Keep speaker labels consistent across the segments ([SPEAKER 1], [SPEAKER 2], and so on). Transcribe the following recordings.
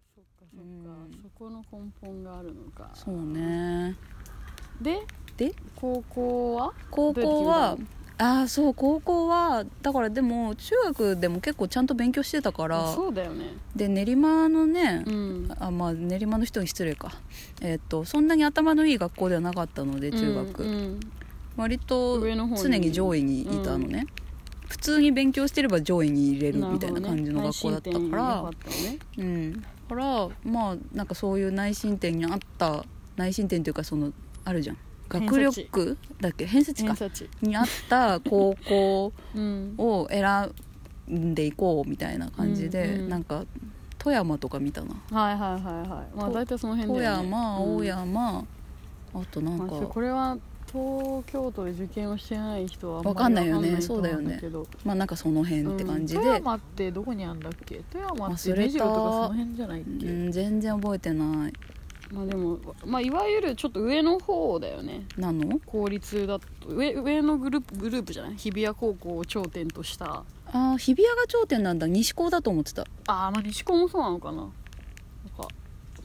[SPEAKER 1] かそっか、
[SPEAKER 2] うん
[SPEAKER 1] そこの根本があるのか
[SPEAKER 2] そうね
[SPEAKER 1] で
[SPEAKER 2] で
[SPEAKER 1] 高校は
[SPEAKER 2] 高校
[SPEAKER 1] どうやっ
[SPEAKER 2] は
[SPEAKER 1] て決
[SPEAKER 2] ああそう高校はだからでも中学でも結構ちゃんと勉強してたから
[SPEAKER 1] そうだよね
[SPEAKER 2] で練馬のね、
[SPEAKER 1] うん
[SPEAKER 2] あまあ、練馬の人に失礼か、えーっとそんなに頭のいい学校ではなかったので中学、
[SPEAKER 1] うん
[SPEAKER 2] 割と
[SPEAKER 1] 上の方に
[SPEAKER 2] 常に上位にいたのね、普通に勉強してれば上位に入れ
[SPEAKER 1] うん
[SPEAKER 2] るみたいな感じの学校だったか
[SPEAKER 1] なる
[SPEAKER 2] ら、
[SPEAKER 1] ほどね内申点よかったね
[SPEAKER 2] うん、からまあなんかそういう内申点にあった内申点というかそのあるじゃん学
[SPEAKER 1] 偏差
[SPEAKER 2] 力だっけ偏差値か
[SPEAKER 1] 偏差値
[SPEAKER 2] にあった高校
[SPEAKER 1] うん
[SPEAKER 2] を選んでいこうみたいな感じで、
[SPEAKER 1] うんうん
[SPEAKER 2] なんか富山とか見たな
[SPEAKER 1] はいはいはいはいまあ
[SPEAKER 2] と
[SPEAKER 1] 大体その辺
[SPEAKER 2] 富
[SPEAKER 1] だよね
[SPEAKER 2] 山
[SPEAKER 1] うん
[SPEAKER 2] 青山、あとなん
[SPEAKER 1] まあ
[SPEAKER 2] か
[SPEAKER 1] ちょこれは東京都で受験をしてない人はあまり
[SPEAKER 2] わかんないよね
[SPEAKER 1] わかんと思んけど
[SPEAKER 2] まあなんかその辺って感じ
[SPEAKER 1] うん
[SPEAKER 2] で、
[SPEAKER 1] 富山ってどこにあるんだっけ富山って
[SPEAKER 2] 忘れた
[SPEAKER 1] 目白とかその辺じゃないっけ、
[SPEAKER 2] うん、全然覚えてない
[SPEAKER 1] まあでも、まあ、いわゆるちょっと上の方だよね
[SPEAKER 2] なの
[SPEAKER 1] 公立だと上上のグループグループじゃない日比谷高校を頂点とした
[SPEAKER 2] ああ日比谷が頂点なんだ西高だと思ってた
[SPEAKER 1] ああまあ西高もそうなのかななんか、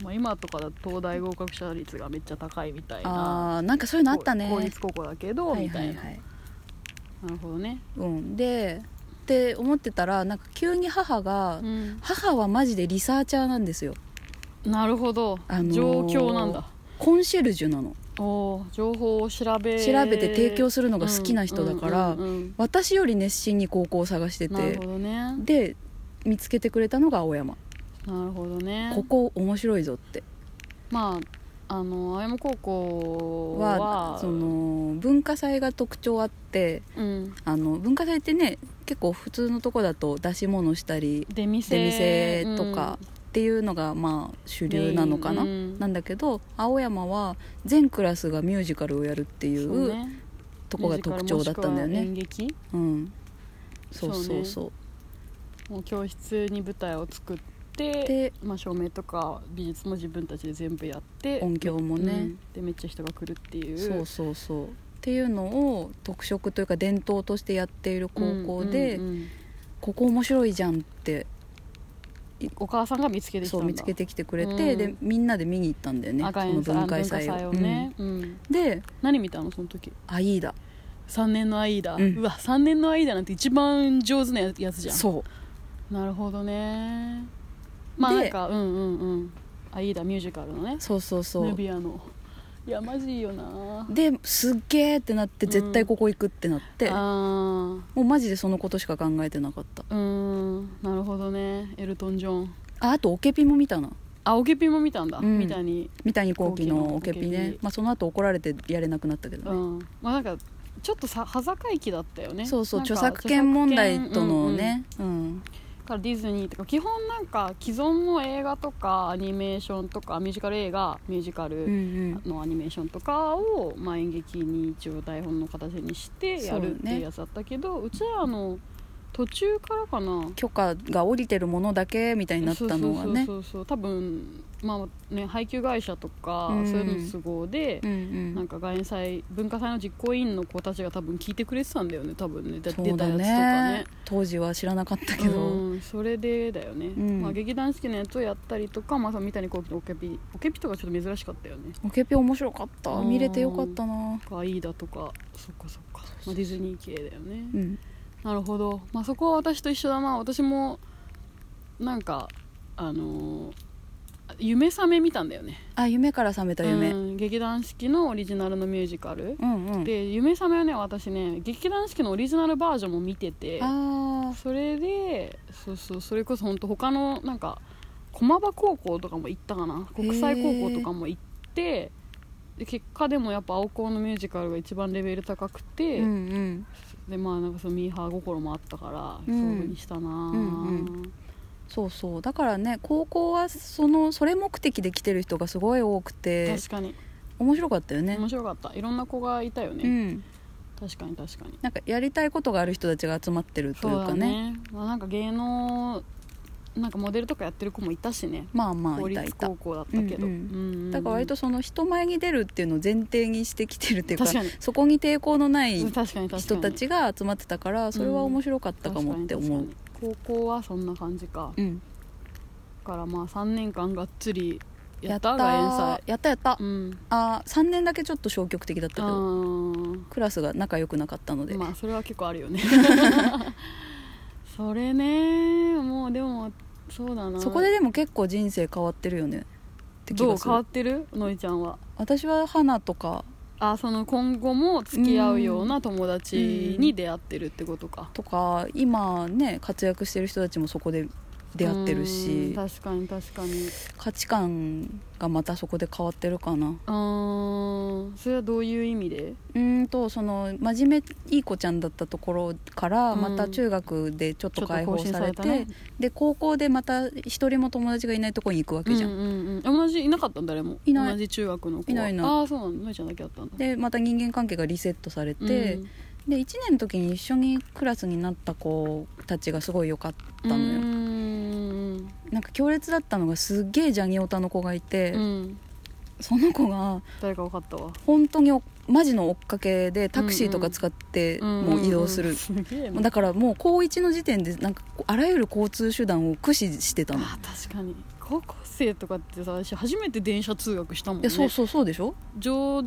[SPEAKER 1] まあ、今とかだと東大合格者率がめっちゃ高いみたいな
[SPEAKER 2] あーなんかそういうのあったね
[SPEAKER 1] 公立高校だけど、
[SPEAKER 2] はい
[SPEAKER 1] みた
[SPEAKER 2] はいい
[SPEAKER 1] な
[SPEAKER 2] はい、
[SPEAKER 1] なるほどね、
[SPEAKER 2] うん、でって思ってたらなんか急に母が、
[SPEAKER 1] うん、
[SPEAKER 2] 母はマジでリサーチャーなんですよ
[SPEAKER 1] なるほど、
[SPEAKER 2] あのー
[SPEAKER 1] 状況なんだ
[SPEAKER 2] コンシェルジュなの
[SPEAKER 1] おー情報を調べ
[SPEAKER 2] 調べて提供するのが好きな人だから、
[SPEAKER 1] うんうんうんうん
[SPEAKER 2] 私より熱心に高校を探して
[SPEAKER 1] なる
[SPEAKER 2] て
[SPEAKER 1] ほどね
[SPEAKER 2] で見つけてくれたのが青山
[SPEAKER 1] なるほどね
[SPEAKER 2] ここ面白いぞって
[SPEAKER 1] まああの青山高校は
[SPEAKER 2] はその文化祭が特徴あって
[SPEAKER 1] うん、
[SPEAKER 2] あの文化祭ってね結構普通のとこだと出し物したり
[SPEAKER 1] 出店
[SPEAKER 2] 出店とかっていうのがまあ主流なのかな、
[SPEAKER 1] メインうん
[SPEAKER 2] なんだけど青山は全クラスがミュージカルをやるってい
[SPEAKER 1] そう
[SPEAKER 2] う
[SPEAKER 1] ね
[SPEAKER 2] とこが特徴だったんだよ
[SPEAKER 1] ミュージカルもしくは
[SPEAKER 2] ね
[SPEAKER 1] 演劇
[SPEAKER 2] うんそう
[SPEAKER 1] そうね
[SPEAKER 2] そうそう
[SPEAKER 1] もう教室に舞台を作って
[SPEAKER 2] で
[SPEAKER 1] まあ、照明とか美術も自分たちで全部やって
[SPEAKER 2] 音響もね、
[SPEAKER 1] うんでめっちゃ人が来るっていう
[SPEAKER 2] そうそうそうっていうのを特色というか伝統としてやっている高校で、
[SPEAKER 1] うんうんうん
[SPEAKER 2] ここ面白いじゃんって
[SPEAKER 1] お母さんが見つけてきた
[SPEAKER 2] そ
[SPEAKER 1] ん
[SPEAKER 2] う
[SPEAKER 1] だ
[SPEAKER 2] 見つけてきてくれて、
[SPEAKER 1] うん
[SPEAKER 2] でみんなで見に行ったんだよね
[SPEAKER 1] あ
[SPEAKER 2] そ
[SPEAKER 1] 外苑
[SPEAKER 2] の文化祭を
[SPEAKER 1] あ文化ね、うん
[SPEAKER 2] うんで
[SPEAKER 1] 何見たのその時
[SPEAKER 2] アイーダ
[SPEAKER 1] 3年の間、
[SPEAKER 2] うん
[SPEAKER 1] うわ3年の間なんて一番上手なやつじゃん
[SPEAKER 2] そう
[SPEAKER 1] なるほどねまあ
[SPEAKER 2] で
[SPEAKER 1] なんかうんうんうんアイーダミュージカルのね
[SPEAKER 2] そうそうそ
[SPEAKER 1] ヌ
[SPEAKER 2] う
[SPEAKER 1] ビアのいやマジいいよな
[SPEAKER 2] ですっげーってなって
[SPEAKER 1] うん
[SPEAKER 2] 絶対ここ行くってなって、も
[SPEAKER 1] あ
[SPEAKER 2] うマジでそのことしか考えてなかった
[SPEAKER 1] ーうーんなるほどねエルトン・ジョン
[SPEAKER 2] ああとオケピも見たな
[SPEAKER 1] あオケピも見たんだ、
[SPEAKER 2] うん
[SPEAKER 1] みたいに
[SPEAKER 2] 三谷幸喜のオ
[SPEAKER 1] オ
[SPEAKER 2] ケ
[SPEAKER 1] ケピ
[SPEAKER 2] ピね
[SPEAKER 1] オケピ
[SPEAKER 2] まあ、その後怒られてやれなくなったけどね、
[SPEAKER 1] うんまあなんかちょっとさ端境期だったよね
[SPEAKER 2] そうそう
[SPEAKER 1] なんか
[SPEAKER 2] 著作権問題との、
[SPEAKER 1] 著作権うんうん
[SPEAKER 2] ねうん
[SPEAKER 1] だからディズニーとか基本なんか既存の映画とかアニメーションとかミュージカル映画ミュージカ
[SPEAKER 2] うんう
[SPEAKER 1] ル
[SPEAKER 2] ん
[SPEAKER 1] のアニメーションとかを、まあ、演劇に一応台本の形にしてやるっていうやつだったけどう,、ちらの途中からかな
[SPEAKER 2] 許可が下りてるものだけみたいになったのがね
[SPEAKER 1] そうそうそうそう多分、まあね、配給会社とか、
[SPEAKER 2] うん
[SPEAKER 1] そういうのの都合で
[SPEAKER 2] う、んう
[SPEAKER 1] なん
[SPEAKER 2] ん
[SPEAKER 1] か外苑祭文化祭の実行委員の子たちが多分聞いてくれてたんだよね多分ねだ
[SPEAKER 2] そ
[SPEAKER 1] 出
[SPEAKER 2] う
[SPEAKER 1] たや
[SPEAKER 2] だ
[SPEAKER 1] つとか
[SPEAKER 2] ね
[SPEAKER 1] ね。
[SPEAKER 2] 当時は知らなかったけど
[SPEAKER 1] うん、それでだよね、
[SPEAKER 2] うん
[SPEAKER 1] まあ、劇団四季のやつをやったりとか、まあ、その三谷幸喜のオケピオケピとかちょっと珍しかったよね
[SPEAKER 2] オケピ面白かった
[SPEAKER 1] うん
[SPEAKER 2] 見れてよかったな
[SPEAKER 1] とかアイーダとかそっかそっか、まあ、ディズニー系だよね、
[SPEAKER 2] うん
[SPEAKER 1] なるほど、まあ、そこは私と一緒だな私もなんかあのー夢覚め見たんだよね
[SPEAKER 2] あ夢から覚めた夢
[SPEAKER 1] う
[SPEAKER 2] うん
[SPEAKER 1] ん劇団四季のオリジナルのミュージカル、
[SPEAKER 2] うん
[SPEAKER 1] で夢覚めはね私ね劇団四季のオリジナルバージョンも見てて
[SPEAKER 2] あ
[SPEAKER 1] それでそうそうそれこそ本当他のなんか駒場高校とかも行ったかな国際高校とかも行ってで結果でもやっぱ青高のミュージカルが一番レベル高く
[SPEAKER 2] あ
[SPEAKER 1] て、
[SPEAKER 2] うんうん
[SPEAKER 1] でまあなんかそのミーハー心もあったから、そ
[SPEAKER 2] うん
[SPEAKER 1] ういうふうにしたな、
[SPEAKER 2] んそうそうだからね高校はそのそれ目的で来てる人がすごい多くて
[SPEAKER 1] 確かに
[SPEAKER 2] 面白かったよね
[SPEAKER 1] 面白かったいろんな子がいたよ
[SPEAKER 2] う
[SPEAKER 1] ね、
[SPEAKER 2] ん
[SPEAKER 1] 確かに確かに
[SPEAKER 2] なんかやりたいことがある人たちが集まってると
[SPEAKER 1] そ
[SPEAKER 2] いうう
[SPEAKER 1] だ
[SPEAKER 2] かね
[SPEAKER 1] ねまあ、なんか芸能なんかモデルとかやってる子もいたしね
[SPEAKER 2] まあまあ
[SPEAKER 1] 公
[SPEAKER 2] いたい
[SPEAKER 1] 立
[SPEAKER 2] た
[SPEAKER 1] 高校だったけど、
[SPEAKER 2] うんうんだから割と
[SPEAKER 1] っ
[SPEAKER 2] その人前に出るっていうのを前提にしてきてるっ
[SPEAKER 1] て
[SPEAKER 2] ていうか
[SPEAKER 1] 確かに
[SPEAKER 2] そこに抵抗のない
[SPEAKER 1] うん確かに確かに
[SPEAKER 2] 人たちが集まってたからそれは面白かったかもって思う
[SPEAKER 1] 確かに確かに高校はそんな感じか
[SPEAKER 2] うん
[SPEAKER 1] からまあ3年間がっつりやった
[SPEAKER 2] やった
[SPEAKER 1] が連載
[SPEAKER 2] やったやった
[SPEAKER 1] うん
[SPEAKER 2] あ3年だけちょっと消極的だったけ
[SPEAKER 1] あ
[SPEAKER 2] ど
[SPEAKER 1] ー
[SPEAKER 2] クラスが仲良くなかったので、
[SPEAKER 1] まあそれは結構ある よねそれねもうでもそうだな
[SPEAKER 2] そこででも結構人生変わってるよねって気
[SPEAKER 1] どう
[SPEAKER 2] がす
[SPEAKER 1] 変わっ
[SPEAKER 2] る
[SPEAKER 1] てるのいちゃんは
[SPEAKER 2] 私は花とか
[SPEAKER 1] あその今後も付き合うような友達に出会ってるってことか
[SPEAKER 2] とか今ね活躍してる人たちもそこで出会ってる
[SPEAKER 1] うん
[SPEAKER 2] し
[SPEAKER 1] 確かに確かに
[SPEAKER 2] 価値観がまたそこで変わってるかな
[SPEAKER 1] うーんそれはどういう意味で
[SPEAKER 2] うーんとその真面目いい子ちゃんだったところから
[SPEAKER 1] うん
[SPEAKER 2] また中学でちょっと解放されて、
[SPEAKER 1] ちょっと更新されたね
[SPEAKER 2] で高校でまた一人も友達がいないとこに行くわけじゃん、
[SPEAKER 1] うんうんうん、同じいなかったん誰も
[SPEAKER 2] いない
[SPEAKER 1] 同じ中学の子はい
[SPEAKER 2] ないいない
[SPEAKER 1] ああそうなんだのえちゃんだけあったんだ
[SPEAKER 2] でまた人間関係がリセットされて、で1年の時に一緒にクラスになった子たちがすごい良かった
[SPEAKER 1] うん
[SPEAKER 2] の
[SPEAKER 1] う
[SPEAKER 2] よ、
[SPEAKER 1] ん
[SPEAKER 2] なんか強烈だったのがすっげえジャニオタの子がいて、
[SPEAKER 1] うん
[SPEAKER 2] その子が
[SPEAKER 1] 誰か分かったわ
[SPEAKER 2] 本当におマジの追っかけでタクシーとか使ってもう移動する、
[SPEAKER 1] うんうんうんすげえ
[SPEAKER 2] もう
[SPEAKER 1] な
[SPEAKER 2] だからもう高1の時点でなんかこうあらゆる交通手段を駆使してたの、
[SPEAKER 1] あー確かに高校生とかってさ私初めて電車通学したもん
[SPEAKER 2] い
[SPEAKER 1] ね
[SPEAKER 2] やそうそうそうでしょ、
[SPEAKER 1] 常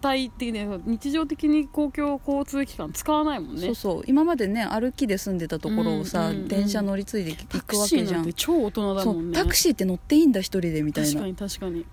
[SPEAKER 1] 態的に日常的に公共交通機関使わないもんね
[SPEAKER 2] そうそう今までね歩きで住んでたところを
[SPEAKER 1] う
[SPEAKER 2] さ、
[SPEAKER 1] んうんうん
[SPEAKER 2] 電車乗り継いで行
[SPEAKER 1] タク
[SPEAKER 2] くわ
[SPEAKER 1] シ
[SPEAKER 2] け
[SPEAKER 1] ー
[SPEAKER 2] じ
[SPEAKER 1] な
[SPEAKER 2] ゃ
[SPEAKER 1] ん
[SPEAKER 2] ん
[SPEAKER 1] て超大人だ
[SPEAKER 2] そ
[SPEAKER 1] もん
[SPEAKER 2] う
[SPEAKER 1] ね
[SPEAKER 2] タクシーって乗っていいんだ一人でみたい
[SPEAKER 1] 確
[SPEAKER 2] な
[SPEAKER 1] かに確かに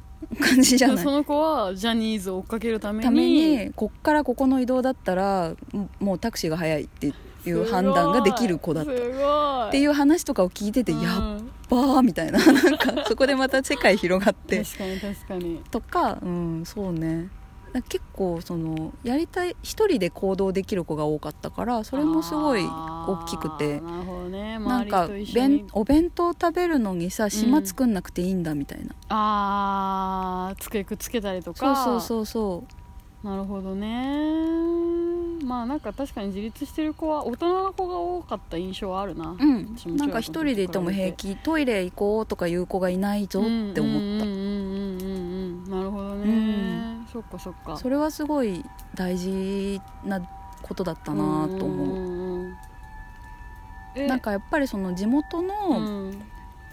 [SPEAKER 2] 感じじゃない
[SPEAKER 1] その子はジャニーズを追っかけるために
[SPEAKER 2] ためにこっからここの移動だったらもうもうタクシーが早いっていう判断ができる子だったっ
[SPEAKER 1] すご
[SPEAKER 2] て
[SPEAKER 1] い
[SPEAKER 2] いう話とかを聞いてて、
[SPEAKER 1] うん
[SPEAKER 2] やっばーみたいななんかそこでまた世界広がって
[SPEAKER 1] 確かに確かに
[SPEAKER 2] とかうんそうねだから結構そのやりたい一人で行動できる子が多かったからそれもすごい大きくて
[SPEAKER 1] あーなるほどね
[SPEAKER 2] なんか
[SPEAKER 1] 周りと一緒に
[SPEAKER 2] 弁お弁当食べるのにさ島作んなくていいんだみたいな、
[SPEAKER 1] ああ机くっつけたりと
[SPEAKER 2] そう
[SPEAKER 1] か
[SPEAKER 2] そうそうそ
[SPEAKER 1] なるほどねまあなんか確かに自立してる子は大人の子が多かった印象はあるな
[SPEAKER 2] ううん
[SPEAKER 1] 私も
[SPEAKER 2] なんか一人でいても平気トイレ行こうとかいう子がいないぞって
[SPEAKER 1] うん
[SPEAKER 2] 思っ
[SPEAKER 1] うんうんうんうんうんなるほどね、そっかそっか
[SPEAKER 2] たそれはすごい大事なことだったなと思う
[SPEAKER 1] え
[SPEAKER 2] なんかやっぱりその地元
[SPEAKER 1] う
[SPEAKER 2] の
[SPEAKER 1] ん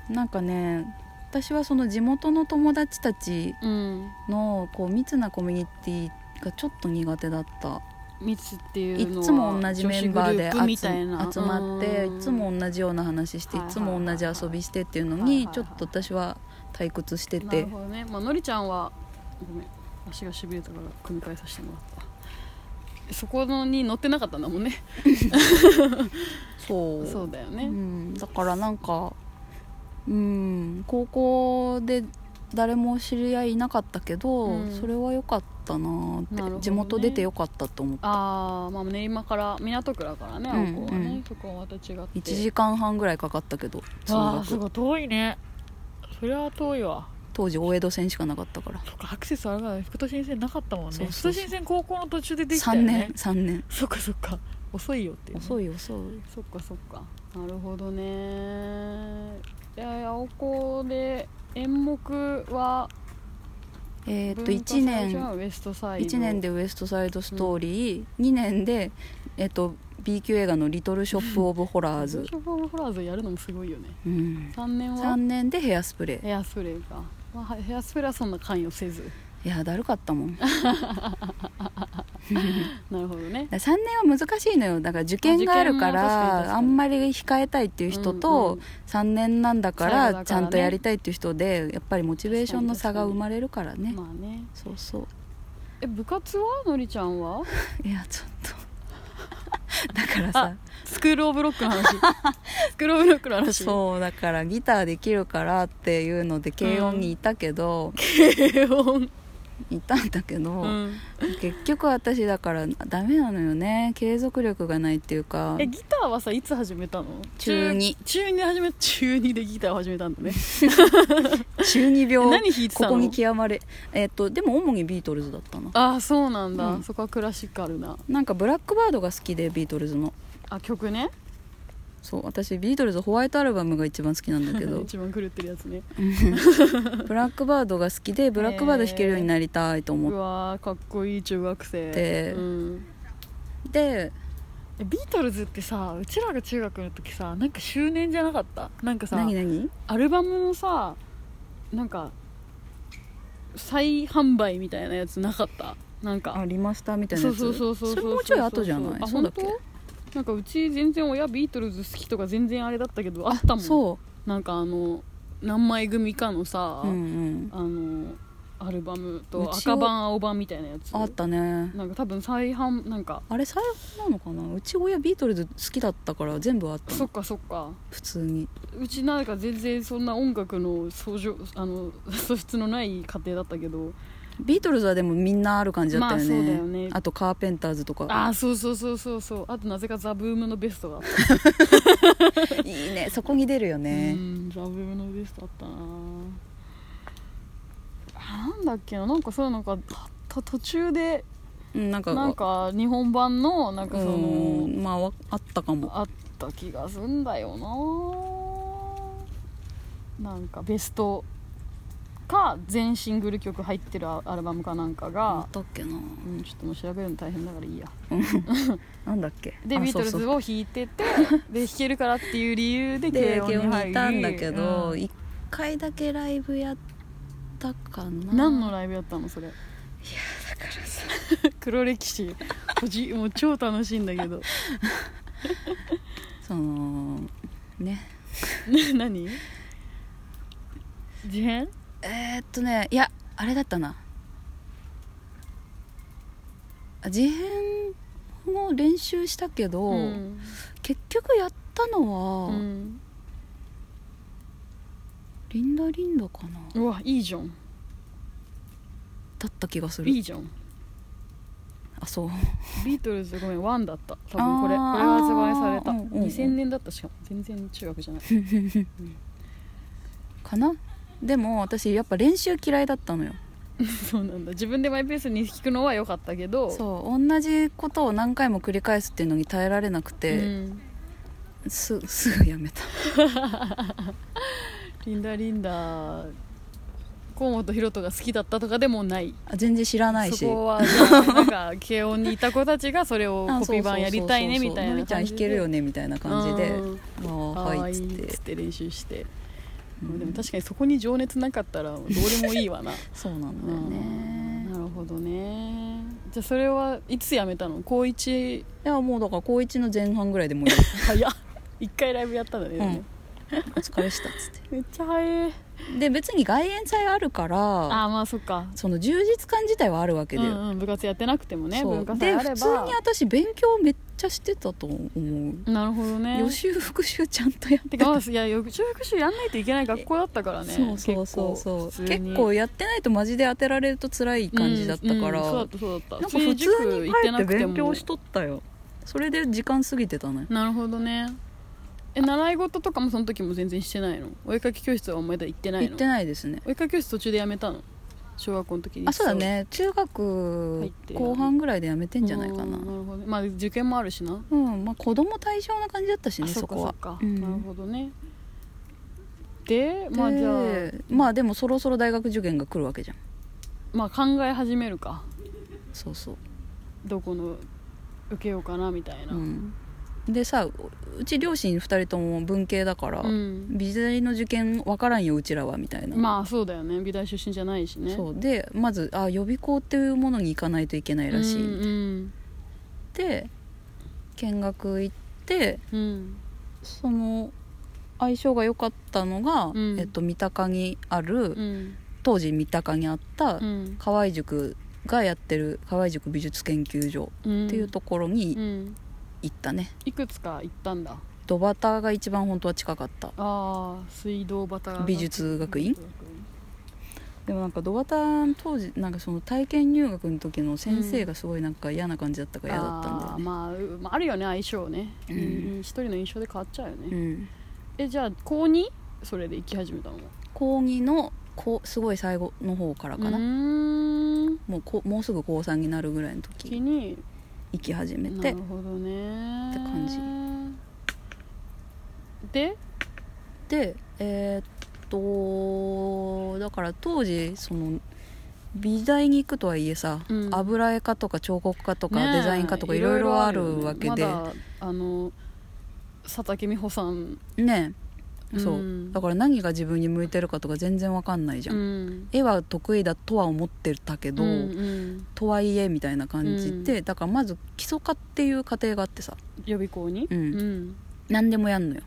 [SPEAKER 2] なんかね私はその地元の友達たち
[SPEAKER 1] うん
[SPEAKER 2] のこう密なコミュニティがちょっと苦手だった
[SPEAKER 1] 密って
[SPEAKER 2] い
[SPEAKER 1] いうのはい
[SPEAKER 2] つも同じメンバーで
[SPEAKER 1] 女子グルプみ
[SPEAKER 2] 集
[SPEAKER 1] たいな
[SPEAKER 2] 集まって
[SPEAKER 1] うん
[SPEAKER 2] いつも同じような話してい
[SPEAKER 1] はいはい
[SPEAKER 2] つも同じ遊びしてっていうの
[SPEAKER 1] はいはい
[SPEAKER 2] に
[SPEAKER 1] はい
[SPEAKER 2] ちょっと私は退屈して
[SPEAKER 1] なる
[SPEAKER 2] て
[SPEAKER 1] ほどね、まあのりちゃんはごめん足がしびれたから組み替えさせてもらったそこのに乗ってなかったんだもんね
[SPEAKER 2] そう
[SPEAKER 1] そうだよ
[SPEAKER 2] う
[SPEAKER 1] ね、
[SPEAKER 2] ん、だからなんかうん高校で誰も知り合いいなかったけど、
[SPEAKER 1] うん
[SPEAKER 2] それは良かったなって
[SPEAKER 1] なるほどね
[SPEAKER 2] 地元出て良かったと思った
[SPEAKER 1] ああまあ練馬から港区だからね
[SPEAKER 2] うん
[SPEAKER 1] 青子はね、
[SPEAKER 2] うん
[SPEAKER 1] そこはまた違って
[SPEAKER 2] 1時間半ぐらいかかったけど通
[SPEAKER 1] わあす
[SPEAKER 2] 学
[SPEAKER 1] ごい遠いねそりゃ遠いわ
[SPEAKER 2] 当時大江戸線しかなかったから、
[SPEAKER 1] そっかアクセスあるから福都新線なかったもんね
[SPEAKER 2] そうそうそう
[SPEAKER 1] 福都新線高校の途中でできた
[SPEAKER 2] 3
[SPEAKER 1] よ
[SPEAKER 2] 年
[SPEAKER 1] ね
[SPEAKER 2] 3年
[SPEAKER 1] そっかそっか遅いよっていうね、
[SPEAKER 2] 遅い遅い
[SPEAKER 1] そっかそっかなるほどねいや青子で演目は
[SPEAKER 2] えっと
[SPEAKER 1] 文化
[SPEAKER 2] 1
[SPEAKER 1] 祭じ
[SPEAKER 2] 年
[SPEAKER 1] ゃんウエストサイド
[SPEAKER 2] 1年で「ウエスト・サイド・ストーリー」2年で、えっと B 級映画の「リトル・ショップ・オブ・ホラー
[SPEAKER 1] ズ
[SPEAKER 2] ズ
[SPEAKER 1] ショフ・オブ・ホラーズやるのもすごいよね」
[SPEAKER 2] うん、
[SPEAKER 1] 3年
[SPEAKER 2] 3
[SPEAKER 1] は
[SPEAKER 2] 年で「ヘアスプレー」
[SPEAKER 1] ヘアスプレーか、まあ、はヘアスプレーはそんな関与せず
[SPEAKER 2] いやだるかったもん
[SPEAKER 1] なるほどね
[SPEAKER 2] 3年は難しいのよだから受験があるか
[SPEAKER 1] あ受験も確かに確からに
[SPEAKER 2] あんまり控えたいっていう人
[SPEAKER 1] うん
[SPEAKER 2] と
[SPEAKER 1] うん
[SPEAKER 2] 3年なんだか
[SPEAKER 1] そうだから
[SPEAKER 2] ら
[SPEAKER 1] ね
[SPEAKER 2] ちゃんとやりたいっていう人でやっぱりモチベーションの差が生まれるからね
[SPEAKER 1] まあね
[SPEAKER 2] そうそう
[SPEAKER 1] え部活はのりちゃん はい
[SPEAKER 2] やち ょっとだからさ
[SPEAKER 1] スクール・オブ・ロックの 話スクール・オブ・ロックの話う
[SPEAKER 2] そうだからギターできるからっていうので軽音にいたけど、
[SPEAKER 1] 軽音
[SPEAKER 2] いたんだけど、
[SPEAKER 1] うん
[SPEAKER 2] 結局私だからダメなのよね継続力がないっていうか
[SPEAKER 1] えギターはさいつ始めたの
[SPEAKER 2] 中二
[SPEAKER 1] 中2で始め中2でギターを始めたんだね
[SPEAKER 2] 中二
[SPEAKER 1] え
[SPEAKER 2] 病
[SPEAKER 1] 何弾いてた
[SPEAKER 2] こ
[SPEAKER 1] の
[SPEAKER 2] こに極まれえっとでも主にビートルズだったな
[SPEAKER 1] ああそうなんだ、
[SPEAKER 2] うん
[SPEAKER 1] そこはクラシカルな
[SPEAKER 2] なんかブラックバードが好きでビートルズの
[SPEAKER 1] あ曲ね
[SPEAKER 2] そう私ビートルズホワイトアルバムが一番好きなんだけ ど
[SPEAKER 1] 一番狂ってるやつね
[SPEAKER 2] ブラックバードが好きでブラックバード弾けるようになりたいと
[SPEAKER 1] う
[SPEAKER 2] 思っ
[SPEAKER 1] わーかっこいい中学生
[SPEAKER 2] で
[SPEAKER 1] うん
[SPEAKER 2] て、
[SPEAKER 1] えビートルズってさうちらが中学の時さなんか周年じゃなかったなんかさ
[SPEAKER 2] 何何
[SPEAKER 1] アルバムのさなんか再販売みたいなやつなかったなん
[SPEAKER 2] あ
[SPEAKER 1] か
[SPEAKER 2] リマスターみたいな
[SPEAKER 1] そ
[SPEAKER 2] や
[SPEAKER 1] う
[SPEAKER 2] つ
[SPEAKER 1] そうそうそう
[SPEAKER 2] それもうちょい後じゃない
[SPEAKER 1] あ
[SPEAKER 2] そう
[SPEAKER 1] 本
[SPEAKER 2] だっ
[SPEAKER 1] 当
[SPEAKER 2] け
[SPEAKER 1] なんかうち全然親ビートルズ好きとか全然あれだったけどあったもん
[SPEAKER 2] そ
[SPEAKER 1] なんかあの何枚組かのさ、
[SPEAKER 2] ううんうん
[SPEAKER 1] あのアルバムと
[SPEAKER 2] うちは
[SPEAKER 1] 赤版青版みたいなやつ
[SPEAKER 2] あったね
[SPEAKER 1] なんか多分再販なんか
[SPEAKER 2] あれ最後なのかなうち親ビートルズ好きだったから全部あった
[SPEAKER 1] そ
[SPEAKER 2] の
[SPEAKER 1] っかそっか
[SPEAKER 2] 普通に
[SPEAKER 1] うちなんか全然そんな音楽の相乗あの 素質のない家庭だったけど
[SPEAKER 2] ビートルズはでもみんなある感じだったよね,、
[SPEAKER 1] まあそうだよね
[SPEAKER 2] あとカーペンターズと
[SPEAKER 1] あ
[SPEAKER 2] か
[SPEAKER 1] あそうそうそうそうそうあとなぜかザ・ブームのベストがあった、
[SPEAKER 2] いいねそこに出るよね
[SPEAKER 1] う、んザ・ブームのベストあったなあなんだっけななんかそういうのがた途中で
[SPEAKER 2] うん、なんか
[SPEAKER 1] なんか日本版のなんかその、
[SPEAKER 2] うんまあわあったかも
[SPEAKER 1] あった気がすんだよななんかベストか全シングル曲入ってるアアルバムかなんか
[SPEAKER 2] あ
[SPEAKER 1] が
[SPEAKER 2] っ、たっけな
[SPEAKER 1] うん、ちょっともう調べるの大変だからいいや
[SPEAKER 2] なんだっけ
[SPEAKER 1] で
[SPEAKER 2] あ
[SPEAKER 1] ビートル
[SPEAKER 2] そう
[SPEAKER 1] ズ
[SPEAKER 2] そう
[SPEAKER 1] を弾いてて で弾けるからっていう理由で
[SPEAKER 2] で
[SPEAKER 1] 慶
[SPEAKER 2] 慶
[SPEAKER 1] 応
[SPEAKER 2] 応
[SPEAKER 1] に
[SPEAKER 2] に
[SPEAKER 1] 入
[SPEAKER 2] い
[SPEAKER 1] り
[SPEAKER 2] たんだけど
[SPEAKER 1] うん
[SPEAKER 2] 一、回だけライブやったかな
[SPEAKER 1] 何のライブやったのそれ
[SPEAKER 2] だからさ
[SPEAKER 1] 黒歴史 おじもう超楽しいんだけど
[SPEAKER 2] そのね
[SPEAKER 1] ね何事変
[SPEAKER 2] えー、っとねいやあれだったなあ事変も練習したけど、
[SPEAKER 1] うん
[SPEAKER 2] 結局やったの
[SPEAKER 1] う
[SPEAKER 2] は、
[SPEAKER 1] ん
[SPEAKER 2] リンダリンダかな
[SPEAKER 1] うわいいじゃん
[SPEAKER 2] だった気がする
[SPEAKER 1] いいじゃん
[SPEAKER 2] あそう
[SPEAKER 1] ビートルズごめんワンだった多分これ
[SPEAKER 2] あ
[SPEAKER 1] こ
[SPEAKER 2] ー
[SPEAKER 1] れが発売された、
[SPEAKER 2] うんうんうん
[SPEAKER 1] 2000年だったしかも全然中学じゃない
[SPEAKER 2] かなでも私やっぱ練習嫌いだったのよ
[SPEAKER 1] そうなんだ自分でマイペースに弾くのは良かったけど
[SPEAKER 2] そう同じことを何回も繰り返すっていうのに耐えられなく
[SPEAKER 1] う
[SPEAKER 2] て、
[SPEAKER 1] ん
[SPEAKER 2] す すぐやめた
[SPEAKER 1] リンダリンダ河本大翔が好きだったとかでもない
[SPEAKER 2] あ全然知らないし
[SPEAKER 1] そこはじゃあなんか慶応にいた子たちがそれ を
[SPEAKER 2] あ
[SPEAKER 1] コピー版やりたいね
[SPEAKER 2] そうそ
[SPEAKER 1] み
[SPEAKER 2] うそ
[SPEAKER 1] た
[SPEAKER 2] う
[SPEAKER 1] い
[SPEAKER 2] の
[SPEAKER 1] な
[SPEAKER 2] びちゃん
[SPEAKER 1] 感
[SPEAKER 2] 弾
[SPEAKER 1] じ
[SPEAKER 2] けるよ
[SPEAKER 1] で
[SPEAKER 2] ねみたいな感じで
[SPEAKER 1] うん
[SPEAKER 2] ああ
[SPEAKER 1] 可
[SPEAKER 2] は
[SPEAKER 1] 愛
[SPEAKER 2] いっつっ
[SPEAKER 1] い
[SPEAKER 2] て
[SPEAKER 1] っつって練習して、
[SPEAKER 2] うん
[SPEAKER 1] でも確かにそこに情熱なかったらどうでもいいわな
[SPEAKER 2] そうなんだよ
[SPEAKER 1] うん
[SPEAKER 2] ね
[SPEAKER 1] なるほどねじゃあそれはいつやめたの高一
[SPEAKER 2] いやもうだから高1の前半ぐらいでもうや
[SPEAKER 1] 早っ 一回ライブやったんだね、でもね
[SPEAKER 2] るお疲れしたっつっ
[SPEAKER 1] めっちゃ早い
[SPEAKER 2] て で別に外苑祭あるから
[SPEAKER 1] ああまあそっか
[SPEAKER 2] その充実感自体はあるわけ
[SPEAKER 1] う
[SPEAKER 2] だよ、
[SPEAKER 1] ん、うん、部活やってなくてもね
[SPEAKER 2] そう
[SPEAKER 1] 文化祭
[SPEAKER 2] で
[SPEAKER 1] あれば
[SPEAKER 2] 普通に私勉強めっちゃしてたと思う、
[SPEAKER 1] なるほどね
[SPEAKER 2] 予習復習ちゃんとやって
[SPEAKER 1] て
[SPEAKER 2] た
[SPEAKER 1] かまあいやよ中学習やんないといけない学校だったからね
[SPEAKER 2] そうそうそうそう
[SPEAKER 1] 結構普
[SPEAKER 2] 結構
[SPEAKER 1] 通に
[SPEAKER 2] やってないとマジで当てられると辛い感じだったから、
[SPEAKER 1] うんうんそうだったそうだった
[SPEAKER 2] なんか普通に帰って勉強し
[SPEAKER 1] と
[SPEAKER 2] とったよそれで時間過ぎてたね
[SPEAKER 1] なるほどねえ習い事とかもその時も全然してないのお絵かき教室はまだ行ってない
[SPEAKER 2] 行っ
[SPEAKER 1] の
[SPEAKER 2] てないですね
[SPEAKER 1] お絵かき教室途中でやめたの小学校の時に
[SPEAKER 2] あそうだね中学
[SPEAKER 1] って
[SPEAKER 2] 後半ぐらいでやめてんじゃないか
[SPEAKER 1] うん
[SPEAKER 2] な
[SPEAKER 1] るほどねまあ受験もあるしな、
[SPEAKER 2] うんまあ子供対象な感じだったし
[SPEAKER 1] あ
[SPEAKER 2] ね
[SPEAKER 1] そ
[SPEAKER 2] そ
[SPEAKER 1] っか
[SPEAKER 2] こ
[SPEAKER 1] そ
[SPEAKER 2] は
[SPEAKER 1] っか、
[SPEAKER 2] うん
[SPEAKER 1] なるほどねでまあじゃあ
[SPEAKER 2] でまあでもそろそろ大学受験が来るわけじゃん
[SPEAKER 1] まあ考え始めるか
[SPEAKER 2] そうそう
[SPEAKER 1] どこの受けようかなみたいな
[SPEAKER 2] うんでさううち両親2人とも文系だから、
[SPEAKER 1] うん
[SPEAKER 2] 美大の受験わからんようちらはみたいな、
[SPEAKER 1] まあそうだよね美大出身じゃないしね
[SPEAKER 2] そうでまずあ予備校っていうものに行かないといけないらしい、
[SPEAKER 1] うん
[SPEAKER 2] で見学行って
[SPEAKER 1] うん、うん
[SPEAKER 2] その相性が良かったのが、
[SPEAKER 1] うん
[SPEAKER 2] えっと、三鷹にある、
[SPEAKER 1] うん
[SPEAKER 2] 当時三鷹にあった
[SPEAKER 1] うん
[SPEAKER 2] 河合塾がやってる河合塾美術研究所
[SPEAKER 1] うん
[SPEAKER 2] っていうところ
[SPEAKER 1] う
[SPEAKER 2] に
[SPEAKER 1] ん
[SPEAKER 2] 行ったね、
[SPEAKER 1] いくつか行ったんだ
[SPEAKER 2] ドバタが一番本当は近かった
[SPEAKER 1] ああ水道端
[SPEAKER 2] 美術学院でもなんかドバタ当時なんかその体験入学の時の先生がすごいなんか嫌な感じだったから嫌だったんだよね、
[SPEAKER 1] あーまあうまああるよね相性ね、
[SPEAKER 2] うん
[SPEAKER 1] うん一人の印象で変わっちゃうよね、
[SPEAKER 2] うん
[SPEAKER 1] えじゃあ高 2? それで行き始めたの
[SPEAKER 2] 高2のこうすごい最後の方からかな、
[SPEAKER 1] うーん
[SPEAKER 2] もうこもうすぐ高3になるぐらいの
[SPEAKER 1] 気
[SPEAKER 2] 時
[SPEAKER 1] に
[SPEAKER 2] 行き始め
[SPEAKER 1] な
[SPEAKER 2] て
[SPEAKER 1] るほどね
[SPEAKER 2] って感じ
[SPEAKER 1] で
[SPEAKER 2] でえーっとだから当時その美大に行くとはいえさ、
[SPEAKER 1] うん
[SPEAKER 2] 油絵科とか彫刻科とか
[SPEAKER 1] ねえ
[SPEAKER 2] デザイン科とかいろいろあるわけで
[SPEAKER 1] まだあの佐竹美穂さん
[SPEAKER 2] ねえそう、
[SPEAKER 1] うん
[SPEAKER 2] だから何が自分に向いてるかとか全然わかんないじゃん、
[SPEAKER 1] うん
[SPEAKER 2] 絵は得意だとは思ってたけど、
[SPEAKER 1] うんうん
[SPEAKER 2] とはいえみたいな感じで、だからまず基礎科っていう過程があってさ
[SPEAKER 1] 予備校に、
[SPEAKER 2] うん
[SPEAKER 1] ん
[SPEAKER 2] 何でもやんのよ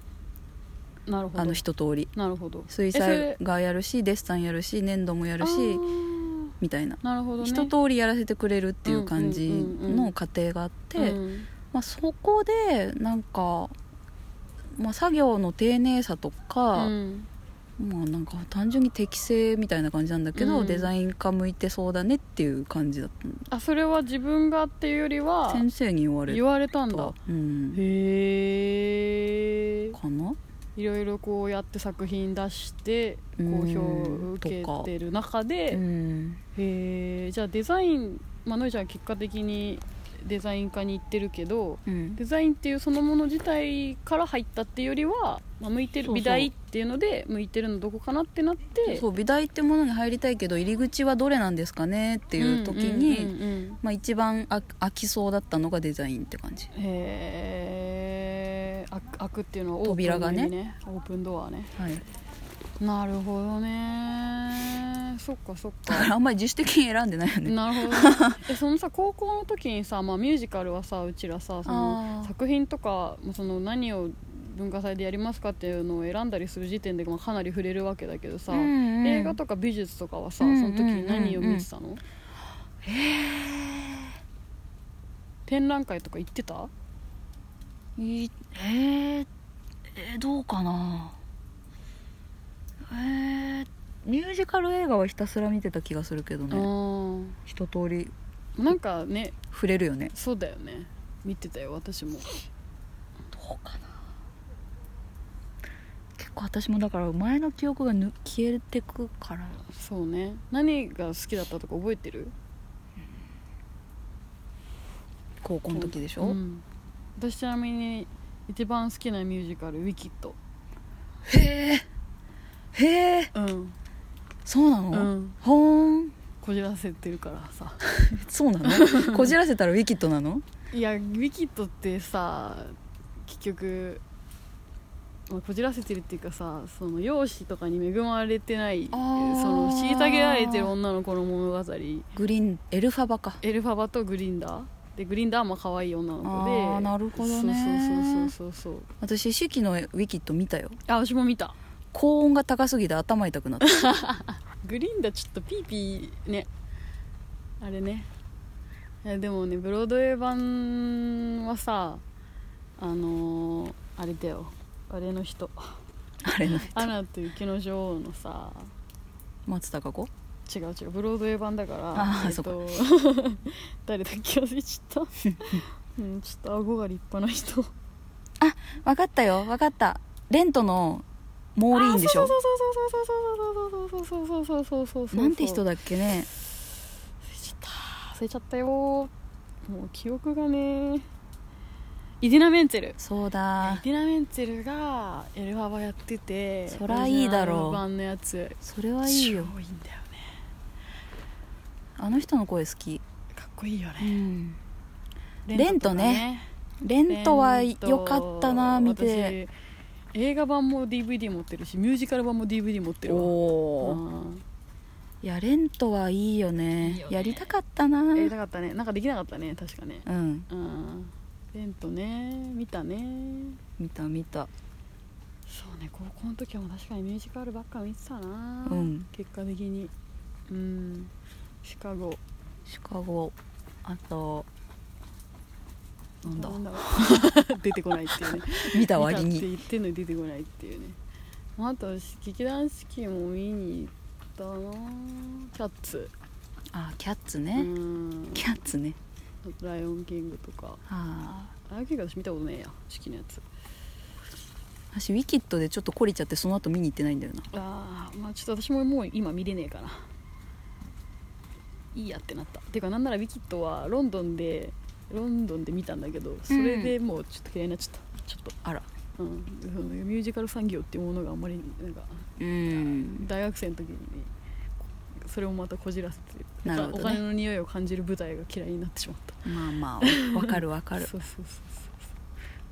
[SPEAKER 1] なるほど
[SPEAKER 2] あの一通り
[SPEAKER 1] なるほど
[SPEAKER 2] 水
[SPEAKER 1] え
[SPEAKER 2] 彩
[SPEAKER 1] それ
[SPEAKER 2] 画やるしデッサンやるし粘土もやる
[SPEAKER 1] あ
[SPEAKER 2] し
[SPEAKER 1] ー
[SPEAKER 2] みたいな、
[SPEAKER 1] なるほどね
[SPEAKER 2] 一通りやらせてくれるっていう感じ
[SPEAKER 1] うんうんうんうん
[SPEAKER 2] の過程があって、
[SPEAKER 1] うん
[SPEAKER 2] まあ、そこでなんか、まあ、作業の丁寧さとか、
[SPEAKER 1] うん
[SPEAKER 2] まあなんか単純に適性みたいな感じなんだけど、
[SPEAKER 1] うん
[SPEAKER 2] デザイン科向いてそうだねっていう感じだったの
[SPEAKER 1] あそれは自分がっていうよりは
[SPEAKER 2] 先生に言われ
[SPEAKER 1] 言
[SPEAKER 2] る
[SPEAKER 1] われたんだ
[SPEAKER 2] とうん、
[SPEAKER 1] へえ
[SPEAKER 2] かない
[SPEAKER 1] ろいろこうやって作品出して好評を受けてる中で、
[SPEAKER 2] うん
[SPEAKER 1] へえじゃあデザインまあのりちゃんは結果的にデザイン科に行ってるけど
[SPEAKER 2] うん
[SPEAKER 1] デザインっていうそのもの自体から入ったっていうよりは、まあ、向いてる
[SPEAKER 2] そうそう
[SPEAKER 1] 美大っていうので向いてるのどこかなってなって
[SPEAKER 2] そう美大ってものに入りたいけど入り口はどれなんですかねっていう時に、
[SPEAKER 1] うんうんうん
[SPEAKER 2] まあ、一番あ飽きそうだったのがデザインって感じ
[SPEAKER 1] うんへえ開く開くっていうのはオープン
[SPEAKER 2] 扉が
[SPEAKER 1] の
[SPEAKER 2] ね
[SPEAKER 1] 意味オープンドアね
[SPEAKER 2] はい
[SPEAKER 1] なるほどねそっかそっ
[SPEAKER 2] だ
[SPEAKER 1] か
[SPEAKER 2] からあんまり自主的に選んでないよね
[SPEAKER 1] なる ほど、ね、えそのさ高校の時にさ、まあ、ミュージカルはさうちらさそ
[SPEAKER 2] あ
[SPEAKER 1] の
[SPEAKER 2] ー
[SPEAKER 1] 作品とかその何を文化祭でやりますかっていうのを選んだりする時点で、まあ、かなり触れるわけだけどさ、
[SPEAKER 2] うんうん
[SPEAKER 1] 映画とか美術とかはさ
[SPEAKER 2] う
[SPEAKER 1] そ
[SPEAKER 2] んうん
[SPEAKER 1] の時に何を見てたの、展覧会とか行ってた
[SPEAKER 2] いえー、えーどうかなえー、ミュージカル映画はひたすら見てた気がするけど
[SPEAKER 1] あ
[SPEAKER 2] ね
[SPEAKER 1] ー
[SPEAKER 2] 一通り
[SPEAKER 1] なんかね
[SPEAKER 2] 触れるよね
[SPEAKER 1] そうだよね見てたよ私も
[SPEAKER 2] どうかな結構私もだから前の記憶がぬ消えてくから
[SPEAKER 1] そうね何が好きだったとか覚えてる
[SPEAKER 2] 高校の時でしょ、
[SPEAKER 1] うん、私ちなみに一番好きなミュージカル「ウィキッド
[SPEAKER 2] へえへえ」
[SPEAKER 1] うん、
[SPEAKER 2] そうなの、
[SPEAKER 1] うん、
[SPEAKER 2] ほーん
[SPEAKER 1] こじらせてるからさ
[SPEAKER 2] そうな のこじらせたらウィキッドなの
[SPEAKER 1] いやウィキッドってさ結局、まあ、こじらせてるっていうかさその容姿とかに恵まれてないそ
[SPEAKER 2] あー
[SPEAKER 1] の虐げられてる女の子の物語
[SPEAKER 2] グリーンエルファバか
[SPEAKER 1] エルファバとグリンダーでグリンダーも可愛い女の子で
[SPEAKER 2] あーなるほどね
[SPEAKER 1] そうそうそうそうそう
[SPEAKER 2] 私四季のウィキッド見たよ
[SPEAKER 1] あ私も見た
[SPEAKER 2] 高音が高すぎて頭痛くなった
[SPEAKER 1] グリーンだちょっとピーピーねあれねいやでもねブロードウェイ版はさあのーあれだよあれの人
[SPEAKER 2] あ れの
[SPEAKER 1] アナと雪の女王のさ
[SPEAKER 2] 松たか子
[SPEAKER 1] 違う違うブロードウェイ版だから
[SPEAKER 2] あー
[SPEAKER 1] えっと 誰だっけ忘れちゃ ったうんちょっと顎が立派な人
[SPEAKER 2] 分かったよ分かったレントのモーリーンでしょ
[SPEAKER 1] あそうそうそうそうそうそうそうそうそうそうそうそうそうそう
[SPEAKER 2] なんて人だっけね
[SPEAKER 1] 忘れちゃったよもう記憶がねイディナ・メンツェルイ
[SPEAKER 2] そうだ
[SPEAKER 1] ディナ・メンツェルがエルファバやってて
[SPEAKER 2] そらいいだろう
[SPEAKER 1] オリジナル版のやつ
[SPEAKER 2] それはいいよ
[SPEAKER 1] 超いいんだよね
[SPEAKER 2] あの人の声好き、
[SPEAKER 1] かっこいいよ
[SPEAKER 2] う
[SPEAKER 1] ね
[SPEAKER 2] ん、レントねレントは良かったな見て
[SPEAKER 1] 私映画版も DVD 持ってるしミュージカル版も DVD 持ってるわ
[SPEAKER 2] おー
[SPEAKER 1] うん
[SPEAKER 2] いやレントはいいよね
[SPEAKER 1] いいよね
[SPEAKER 2] やりたかったな、
[SPEAKER 1] やりたかったねなんかできなかったね確かね
[SPEAKER 2] うん
[SPEAKER 1] うんレントね見たね
[SPEAKER 2] 見た見た
[SPEAKER 1] そうね高校の時はもう確かにミュージカルばっか見てたな、
[SPEAKER 2] うん
[SPEAKER 1] 結果的にうんシカゴ
[SPEAKER 2] シカゴあとなんだ
[SPEAKER 1] ろう 出てこないっていうね
[SPEAKER 2] 見た割
[SPEAKER 1] 見たって
[SPEAKER 2] に
[SPEAKER 1] 言ってんのに出てこないっていうねまああと劇団四季も見に行ったなキャッツ
[SPEAKER 2] あキャッツ
[SPEAKER 1] う
[SPEAKER 2] ね、
[SPEAKER 1] ん
[SPEAKER 2] キャッツね
[SPEAKER 1] あとライオンキングとか
[SPEAKER 2] あ
[SPEAKER 1] ライオンキング私見たことねえや四季のやつ
[SPEAKER 2] ー私ウィキッドでちょっと懲りちゃってその後見に行ってないんだよな
[SPEAKER 1] あーまあちょっと私ももう今見れねえからいいやってなったていうかなんなら「ウィキッド」はロンドンでロンドンで見たんだけどそれでもうちょっと嫌いになっちゃったちょっと
[SPEAKER 2] あら
[SPEAKER 1] うん、そのミュージカル産業っていうものがあんまりなんか
[SPEAKER 2] うん
[SPEAKER 1] 大学生の時にねそれをまたこじらせて
[SPEAKER 2] なるほどね
[SPEAKER 1] お金の匂いを感じる舞台が嫌いになってしまった
[SPEAKER 2] まあまあ わわかるわかる
[SPEAKER 1] そうそうそうそう、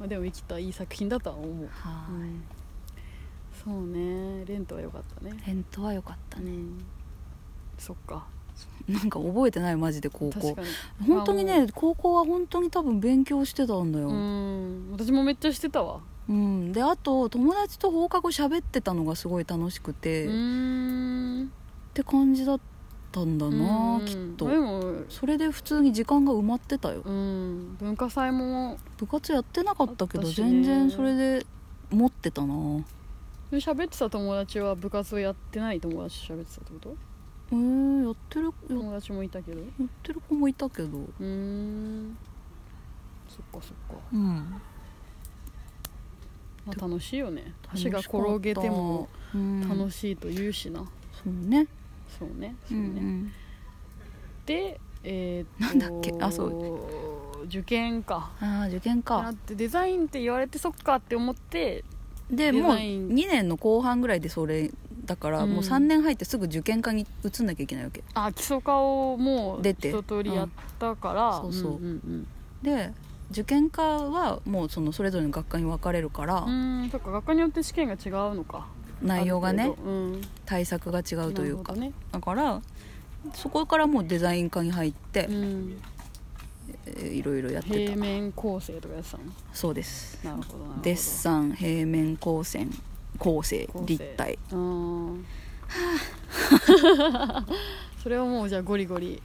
[SPEAKER 1] まあ、でも生きたいい作品だとは思う、
[SPEAKER 2] は
[SPEAKER 1] う
[SPEAKER 2] い
[SPEAKER 1] んそうねレントは良かったね
[SPEAKER 2] レントは良かったね
[SPEAKER 1] うんそっか
[SPEAKER 2] なんか覚えてないマジで高
[SPEAKER 1] 確
[SPEAKER 2] 校
[SPEAKER 1] かに
[SPEAKER 2] 本当に
[SPEAKER 1] まあ
[SPEAKER 2] ね高校は本当に多分勉強してたんだよ、
[SPEAKER 1] うん私もめっちゃしてたわ
[SPEAKER 2] うん、であと友達と放課後喋ってたのがすごい楽しく
[SPEAKER 1] う
[SPEAKER 2] て、っ
[SPEAKER 1] ーん
[SPEAKER 2] て感じだったんだな、
[SPEAKER 1] うん
[SPEAKER 2] きっと
[SPEAKER 1] でも
[SPEAKER 2] それで普通に時間が埋まってたよ
[SPEAKER 1] うん文化祭も
[SPEAKER 2] 部活やってなかったけど
[SPEAKER 1] あったしね
[SPEAKER 2] 全然それで持ってたな
[SPEAKER 1] 喋ってた友達は部活をやってない友達と喋ってたってこと
[SPEAKER 2] えー、やってるや
[SPEAKER 1] 友達もいたけどう
[SPEAKER 2] やってる子もいたけど
[SPEAKER 1] ーんそっかそっか、
[SPEAKER 2] うん
[SPEAKER 1] まあ、楽しいよね足が転げても楽
[SPEAKER 2] し
[SPEAKER 1] しいと言うしな、
[SPEAKER 2] かったうんそうね
[SPEAKER 1] そうね
[SPEAKER 2] う
[SPEAKER 1] そ
[SPEAKER 2] ん
[SPEAKER 1] う
[SPEAKER 2] う
[SPEAKER 1] ね、
[SPEAKER 2] ん
[SPEAKER 1] でえー、
[SPEAKER 2] なんだっけあそう
[SPEAKER 1] 受験か
[SPEAKER 2] ああ受験
[SPEAKER 1] だ
[SPEAKER 2] か
[SPEAKER 1] ってデザインって言われてそっかって思ってデ
[SPEAKER 2] でもう
[SPEAKER 1] ザイン
[SPEAKER 2] 2年の後半ぐらいでそれだから、
[SPEAKER 1] うん
[SPEAKER 2] もう3年入ってすぐ受験科に移んなきゃいけないわけ
[SPEAKER 1] あ基礎科をもう
[SPEAKER 2] 出て
[SPEAKER 1] 一通りやったから、
[SPEAKER 2] うんそうそうん
[SPEAKER 1] ん
[SPEAKER 2] で受験科はもうそのそれぞれの学科に分かれるから
[SPEAKER 1] うん、うんそっか学科によって試験が違うのか
[SPEAKER 2] 内容が
[SPEAKER 1] あ
[SPEAKER 2] ね
[SPEAKER 1] る程度うん
[SPEAKER 2] 対策が違うというか、
[SPEAKER 1] なる
[SPEAKER 2] だからそこからもうデザイン科に入って
[SPEAKER 1] ほど、ねうん、
[SPEAKER 2] えーいろいろやって
[SPEAKER 1] 平
[SPEAKER 2] た
[SPEAKER 1] 面構成とかやってたの
[SPEAKER 2] そうです
[SPEAKER 1] なるほどなるほど
[SPEAKER 2] デッサン平面構成構成
[SPEAKER 1] 構成
[SPEAKER 2] 立体
[SPEAKER 1] あー それをもうじゃあゴリゴリ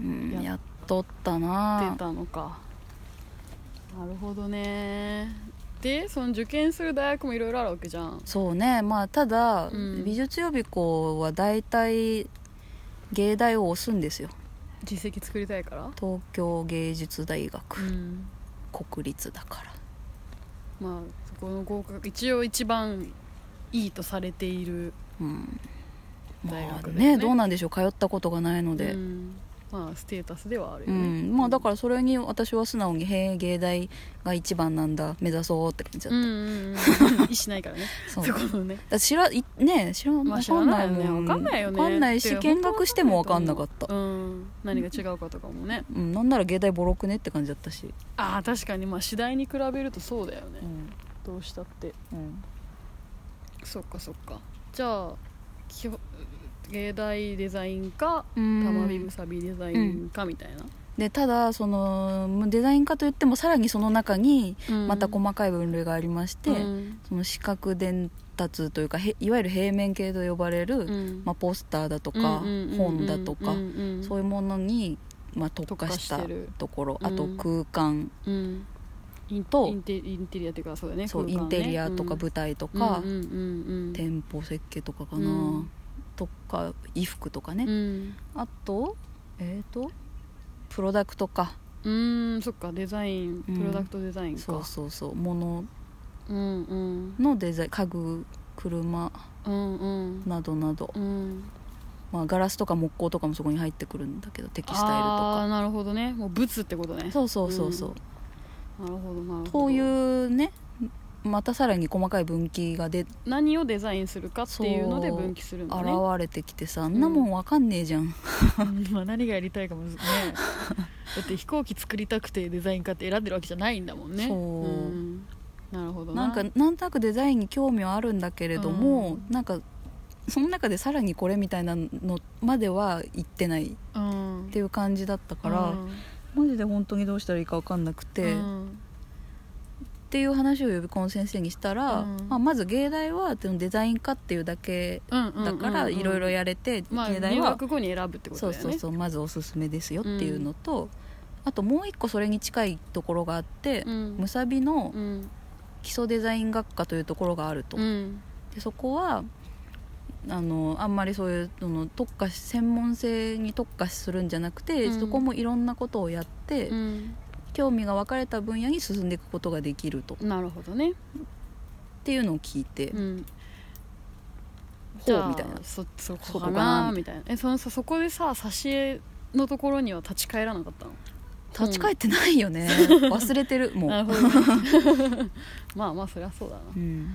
[SPEAKER 2] うん
[SPEAKER 1] やっ
[SPEAKER 2] やっとった
[SPEAKER 1] 出
[SPEAKER 2] な
[SPEAKER 1] たのかなるほどねでその受験する大学もいろいろあるわけじゃん
[SPEAKER 2] そうねまあただ、
[SPEAKER 1] うん
[SPEAKER 2] 美術予備校は大体芸大を押すんですよ
[SPEAKER 1] 実績作りたいから
[SPEAKER 2] 東京芸術大学、
[SPEAKER 1] うん
[SPEAKER 2] 国立だから
[SPEAKER 1] まあそこの合格一応一番いいとされている
[SPEAKER 2] うん
[SPEAKER 1] 大
[SPEAKER 2] まあ
[SPEAKER 1] 学
[SPEAKER 2] ねどうなんでしょう通ったことがないので、う
[SPEAKER 1] うんんまあステータスではあるよね、
[SPEAKER 2] まあだからそれに私は素直に「へえ芸大が一番なんだ目指そう」って感じだ
[SPEAKER 1] う
[SPEAKER 2] っ
[SPEAKER 1] んうんうん意思ないからね
[SPEAKER 2] た、
[SPEAKER 1] そ
[SPEAKER 2] そうだ
[SPEAKER 1] このね
[SPEAKER 2] から知らいね知らん
[SPEAKER 1] まあ
[SPEAKER 2] わかんないもん
[SPEAKER 1] 知らないよねわかんないよね
[SPEAKER 2] わかんない
[SPEAKER 1] って
[SPEAKER 2] し
[SPEAKER 1] いう
[SPEAKER 2] 見学してもわかんなかった
[SPEAKER 1] うん何が違うかとかもね
[SPEAKER 2] うん、なんなら芸大ボロくねって感じだったし、
[SPEAKER 1] ああ確かにまあ次第に比べるとそうだよね、
[SPEAKER 2] うん
[SPEAKER 1] どうしたって
[SPEAKER 2] うん
[SPEAKER 1] そっかそっかじゃあ基本芸大デザインか
[SPEAKER 2] うん
[SPEAKER 1] 玉美むさびデザインかみたいな、
[SPEAKER 2] でただそのデザイン科といってもさらにその中にまた
[SPEAKER 1] っ
[SPEAKER 2] 細かい分類がありまして、その視覚伝達というかへいわゆる平面系と呼ばれる、まあ、ポスターだとか、本だとか、そう
[SPEAKER 1] いう
[SPEAKER 2] いうものに、まあ、特化した
[SPEAKER 1] 特化してる
[SPEAKER 2] ところ
[SPEAKER 1] うん
[SPEAKER 2] あと空間
[SPEAKER 1] うんイン
[SPEAKER 2] と
[SPEAKER 1] インテインテリアっていうかそうだね
[SPEAKER 2] そう、
[SPEAKER 1] 空
[SPEAKER 2] イ
[SPEAKER 1] 間
[SPEAKER 2] ン
[SPEAKER 1] ね
[SPEAKER 2] テリアとか
[SPEAKER 1] うん
[SPEAKER 2] 舞台とか、
[SPEAKER 1] うんうんうんうん
[SPEAKER 2] 店舗設計とかかな、
[SPEAKER 1] うん
[SPEAKER 2] とか衣服とかね、
[SPEAKER 1] うん
[SPEAKER 2] あとえっ、とプロダクトか
[SPEAKER 1] うんそっかデザイン
[SPEAKER 2] うん
[SPEAKER 1] プロダクトデザイン
[SPEAKER 2] そ
[SPEAKER 1] か
[SPEAKER 2] うそうそう物
[SPEAKER 1] うんうん
[SPEAKER 2] のデザイン家具車
[SPEAKER 1] うんうん
[SPEAKER 2] などなど、
[SPEAKER 1] うん
[SPEAKER 2] まあ、ガラスとか木工とかもそこに入ってくるんだけどテキスタイルと
[SPEAKER 1] あー
[SPEAKER 2] か
[SPEAKER 1] なるほどねもう物ってことね
[SPEAKER 2] そうそうそうそう、
[SPEAKER 1] なるほどなるほど
[SPEAKER 2] こういうねまたさらに細かい分岐が出
[SPEAKER 1] 何をデザインするかっていうので分岐するん
[SPEAKER 2] 現
[SPEAKER 1] だね
[SPEAKER 2] れてきてさあんなもんわかんねえじゃん、
[SPEAKER 1] うん まあ何がやりたいかもね だって飛行機作りたくてデザイン科って選んでるわけじゃないんだもんね
[SPEAKER 2] そうん
[SPEAKER 1] なるほど
[SPEAKER 2] なんかなんとなくデザインに興味はあるんだけれども、なんかその中でさらにこれみたいなのまでは行ってないっ
[SPEAKER 1] うん
[SPEAKER 2] ていう感じだったから、
[SPEAKER 1] うん
[SPEAKER 2] マジで本当にどうしたらいいかわかんなくて、
[SPEAKER 1] う
[SPEAKER 2] っ
[SPEAKER 1] ん
[SPEAKER 2] ていう話を予備校の先生にしたら、
[SPEAKER 1] うん
[SPEAKER 2] まあ、まず芸大はでもデザイン科っていうだけ
[SPEAKER 1] うんうんうんうん
[SPEAKER 2] だからいろいろやれて、
[SPEAKER 1] まあ
[SPEAKER 2] 芸大
[SPEAKER 1] 入
[SPEAKER 2] は
[SPEAKER 1] 学後に選ぶってことだ
[SPEAKER 2] そ
[SPEAKER 1] よ
[SPEAKER 2] う
[SPEAKER 1] ね
[SPEAKER 2] そうそうまずおすすめですよっていうのと、あともう一個それに近いところがあって、
[SPEAKER 1] うん
[SPEAKER 2] むさびの
[SPEAKER 1] うん
[SPEAKER 2] 基礎デザイン学科というところがあると、
[SPEAKER 1] うん
[SPEAKER 2] でそこはあのあんまりそういうその特化し専門性に特化するんじゃなくて、
[SPEAKER 1] うん
[SPEAKER 2] そこもいろんなことをやって、
[SPEAKER 1] うん
[SPEAKER 2] 興味が分かれた分野に進んでいくことができるとっ
[SPEAKER 1] なるほどね
[SPEAKER 2] ていうのを聞いて、
[SPEAKER 1] うん
[SPEAKER 2] ほうみたいな
[SPEAKER 1] そそ
[SPEAKER 2] そ
[SPEAKER 1] こ
[SPEAKER 2] こ
[SPEAKER 1] か
[SPEAKER 2] かな
[SPEAKER 1] なみたいなえそのさそこでさ挿絵のところには立ち返らなかった の
[SPEAKER 2] 立ち返ってないよね、忘れてるも
[SPEAKER 1] な
[SPEAKER 2] う、
[SPEAKER 1] るほどねまあまあそりゃそうだな
[SPEAKER 2] うん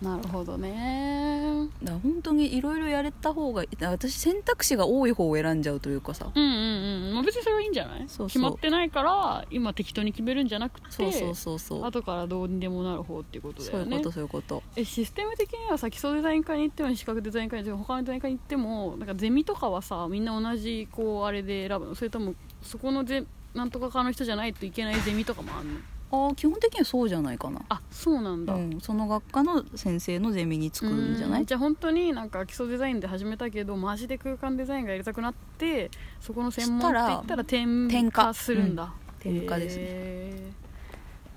[SPEAKER 1] なるほどね
[SPEAKER 2] だから本当にいろいろやれた方がいいだから私選択肢が多い方を選んじゃうというかさ
[SPEAKER 1] うんうんうんまあ別にそれはいいんじゃない
[SPEAKER 2] そうそう
[SPEAKER 1] 決まってないから今適当に決めるんじゃなくて
[SPEAKER 2] そうそうそうそう
[SPEAKER 1] 後からどうにでもなる方っていうことだ
[SPEAKER 2] そうい
[SPEAKER 1] よ
[SPEAKER 2] う
[SPEAKER 1] ね
[SPEAKER 2] ことそういうこと
[SPEAKER 1] えシステム的にはさ基礎デザイン科に行っても資格デザイン科に行っても他のデザイン科に行ってもなんかゼミとかはさみんな同じこうあれで選ぶのそれともそこのゼなんとか科の人じゃないといけないゼミとかもあるの
[SPEAKER 2] ああ基本的にはそうじゃないかな
[SPEAKER 1] あそうなんだ、
[SPEAKER 2] うん、その学科の先生のゼミに作るんじゃな
[SPEAKER 1] う
[SPEAKER 2] い
[SPEAKER 1] じゃあ本当になんか基礎デザインで始めたけどマジで空間デザインがやりたくなってそこの専門っ
[SPEAKER 2] した
[SPEAKER 1] て
[SPEAKER 2] ら
[SPEAKER 1] 言ったら転
[SPEAKER 2] 転
[SPEAKER 1] 科
[SPEAKER 2] 科
[SPEAKER 1] するんだ、
[SPEAKER 2] うん転科ですね
[SPEAKER 1] へ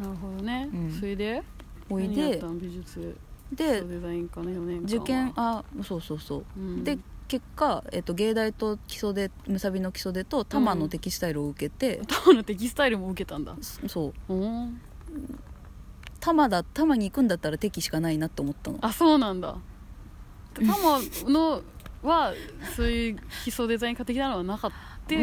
[SPEAKER 1] ーなるほどね、
[SPEAKER 2] うん
[SPEAKER 1] それで
[SPEAKER 2] おい
[SPEAKER 1] 何やった
[SPEAKER 2] で
[SPEAKER 1] の美術基
[SPEAKER 2] で
[SPEAKER 1] 礎デザイン科の4年間は
[SPEAKER 2] 受験、あそうそうそう、
[SPEAKER 1] うん
[SPEAKER 2] で結果、えっと、芸大と基礎でむさびの基礎でと多摩のテキスタイルを受けて、
[SPEAKER 1] タオのテキスタイルも受けたんだ
[SPEAKER 2] そ
[SPEAKER 1] お
[SPEAKER 2] う
[SPEAKER 1] ー
[SPEAKER 2] 多摩だ多摩に行くんだったらテキしかないなって思ったの
[SPEAKER 1] あそうなんだタモのはそういう基礎デザイン科的なのはなかった
[SPEAKER 2] うー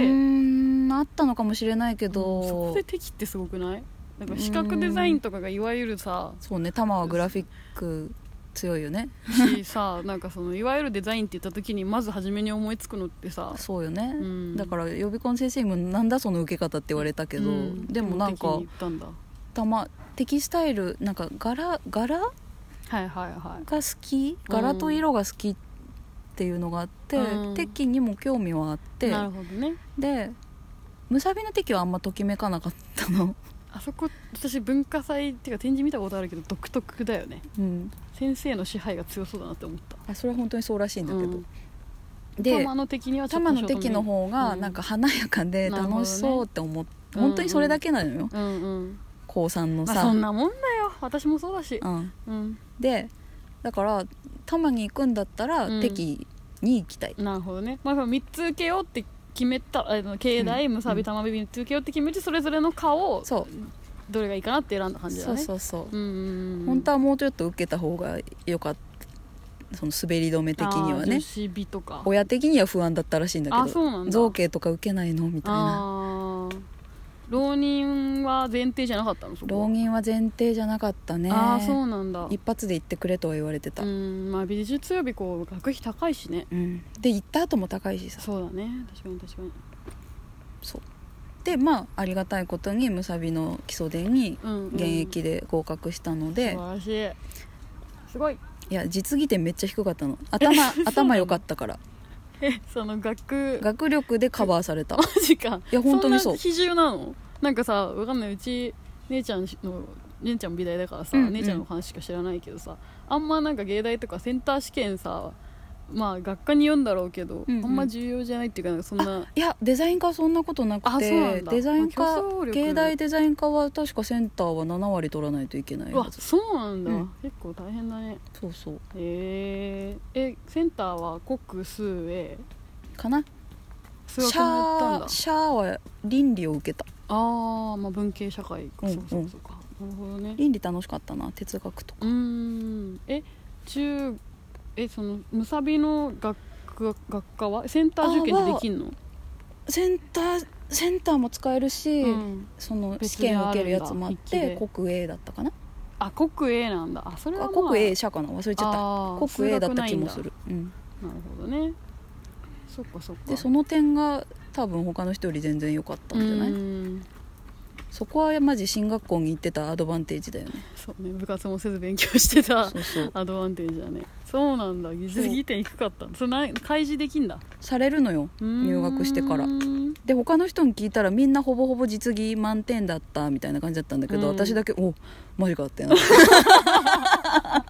[SPEAKER 2] んあったのかもしれないけど、
[SPEAKER 1] そこで敵ってすごくないなんか視覚デザインとかがいわゆる さ
[SPEAKER 2] そうね多摩はグラフィック強いよね
[SPEAKER 1] しさなんかそのいわゆるデザインって言った時にまず初めに思いつくのってさ
[SPEAKER 2] そうよね、
[SPEAKER 1] うん
[SPEAKER 2] だから予備校の先生にも「なんだその受け方」って言われたけど、
[SPEAKER 1] うん
[SPEAKER 2] でもなん
[SPEAKER 1] でも
[SPEAKER 2] か
[SPEAKER 1] 敵に行ったんだ
[SPEAKER 2] たまテキスタイルなんか柄柄が
[SPEAKER 1] はいはいは
[SPEAKER 2] 好き柄と色が好きっていうのがあって、
[SPEAKER 1] うん
[SPEAKER 2] テキにも興味はあっ
[SPEAKER 1] い
[SPEAKER 2] て
[SPEAKER 1] なるほどね
[SPEAKER 2] でむさびのテキはあんまときめかなかったの、
[SPEAKER 1] あそこ私文化祭っていうか展示見たことあるけど独特だよね
[SPEAKER 2] うん、
[SPEAKER 1] 先生の支配が強そうだなって思った
[SPEAKER 2] あそれは本当にそうらしいんだけど、
[SPEAKER 1] で
[SPEAKER 2] で
[SPEAKER 1] 玉の敵にはちょっと
[SPEAKER 2] 玉のテキの方が
[SPEAKER 1] うん
[SPEAKER 2] なんか華やかで
[SPEAKER 1] なるほどね
[SPEAKER 2] 楽しそうって思って、
[SPEAKER 1] うん
[SPEAKER 2] 本当にそれだけなのよ、
[SPEAKER 1] うんうん
[SPEAKER 2] 高3の
[SPEAKER 1] ま
[SPEAKER 2] さ、
[SPEAKER 1] あそんなもんだよ私もそうだし
[SPEAKER 2] うん、
[SPEAKER 1] うん
[SPEAKER 2] でだから玉に行くんだったら、
[SPEAKER 1] うん
[SPEAKER 2] テキに行きたい
[SPEAKER 1] なるほどね、まあ、3つ受けようって決めたあの境内
[SPEAKER 2] うん
[SPEAKER 1] むさび玉ビ3つ受けようって決めてそれぞれの顔を
[SPEAKER 2] そう
[SPEAKER 1] どれがいいかなって選んだ感じだ
[SPEAKER 2] そう
[SPEAKER 1] ね
[SPEAKER 2] そうそう
[SPEAKER 1] うんうんうん
[SPEAKER 2] 本当はもうちょっと受けた方が良かったその滑り止め的には
[SPEAKER 1] あー女
[SPEAKER 2] ね
[SPEAKER 1] 子美とか
[SPEAKER 2] 親的には不安だったらしいんだ
[SPEAKER 1] あ
[SPEAKER 2] け
[SPEAKER 1] そうなんだ
[SPEAKER 2] ど造形とか受けないのみたいな
[SPEAKER 1] あー浪人は前提じゃなかったのそこ
[SPEAKER 2] 浪人は前提じゃなかったね
[SPEAKER 1] ああそうなんだ
[SPEAKER 2] 一発で行ってくれとは言われてた、
[SPEAKER 1] う
[SPEAKER 2] うん
[SPEAKER 1] んまあ美術予備校学費高いしね
[SPEAKER 2] で行った後も高いしさ
[SPEAKER 1] そうだね確かに確かに
[SPEAKER 2] そうでまあありがたいことにむさびの基礎でに
[SPEAKER 1] うん、うん、
[SPEAKER 2] 現役で合格したので、
[SPEAKER 1] 素晴らしいすごい
[SPEAKER 2] いや実技点めっちゃ低かったの 頭頭良かったから
[SPEAKER 1] えその学
[SPEAKER 2] 学力でカバーされた
[SPEAKER 1] マジ か
[SPEAKER 2] いや本当に
[SPEAKER 1] ん
[SPEAKER 2] そう
[SPEAKER 1] な比重なのなんかさわかんないうち姉ちゃんの姉ちゃんも美大だからさ、
[SPEAKER 2] うんうん
[SPEAKER 1] 姉ちゃんの話しか知らないけどさあんまなんか芸大とかセンター試験さまあ学科に読んだろうけど、
[SPEAKER 2] うんうん
[SPEAKER 1] あんま重要じゃないっていうかなんかそんない
[SPEAKER 2] やデザイン科はそんなことな
[SPEAKER 1] あ
[SPEAKER 2] く
[SPEAKER 1] そうな
[SPEAKER 2] て
[SPEAKER 1] んだ
[SPEAKER 2] デザイン
[SPEAKER 1] まあ
[SPEAKER 2] 科
[SPEAKER 1] 競争力
[SPEAKER 2] 芸大デザイン科は確かセンターは7割取らないといけないう
[SPEAKER 1] わ
[SPEAKER 2] はず
[SPEAKER 1] そうなんだ、
[SPEAKER 2] うん
[SPEAKER 1] 結構大変だね
[SPEAKER 2] そうそう
[SPEAKER 1] えー、えセンターは国数英
[SPEAKER 2] かな
[SPEAKER 1] 数学
[SPEAKER 2] シ
[SPEAKER 1] もやったん
[SPEAKER 2] ャ
[SPEAKER 1] だ
[SPEAKER 2] ーシャーは倫理を受けた
[SPEAKER 1] ああまあ文系社会か、
[SPEAKER 2] うん
[SPEAKER 1] そうそうそうかなるほどね
[SPEAKER 2] 倫理楽しかったな哲学とか
[SPEAKER 1] うーんえ中えそのむさびの学科学科はセンター受験ってできんの
[SPEAKER 2] センターセンターも使えるし、
[SPEAKER 1] うん
[SPEAKER 2] その
[SPEAKER 1] 別
[SPEAKER 2] 試
[SPEAKER 1] で
[SPEAKER 2] 験
[SPEAKER 1] あるんだ
[SPEAKER 2] 受けるやつもあっ
[SPEAKER 1] 筆記
[SPEAKER 2] て
[SPEAKER 1] で
[SPEAKER 2] 国 A だったかな
[SPEAKER 1] あ国 A なんだあそれは、
[SPEAKER 2] あ
[SPEAKER 1] まあ、
[SPEAKER 2] 国 A 社かな忘れち
[SPEAKER 1] あ
[SPEAKER 2] ゃ
[SPEAKER 1] ー
[SPEAKER 2] った国 A だった気も
[SPEAKER 1] 数
[SPEAKER 2] す
[SPEAKER 1] 学
[SPEAKER 2] るうん
[SPEAKER 1] なるほどねそっかそっか
[SPEAKER 2] でその点が多分他の人より全然良かったんじゃな
[SPEAKER 1] う
[SPEAKER 2] い
[SPEAKER 1] ーん
[SPEAKER 2] そこはマジ進学校に行ってたアドバンテージだよね
[SPEAKER 1] そうね部活もせず勉強してた
[SPEAKER 2] そうそう
[SPEAKER 1] アドバンテージだねそうなんだ技術技点低かったそれな開示できんだ
[SPEAKER 2] されるのよ
[SPEAKER 1] うーん
[SPEAKER 2] 入学してからで他の人に聞いたらみんなほぼほぼ実技満点だったみたいな感じだったんだけど、
[SPEAKER 1] うん
[SPEAKER 2] 私だけおマジかってなった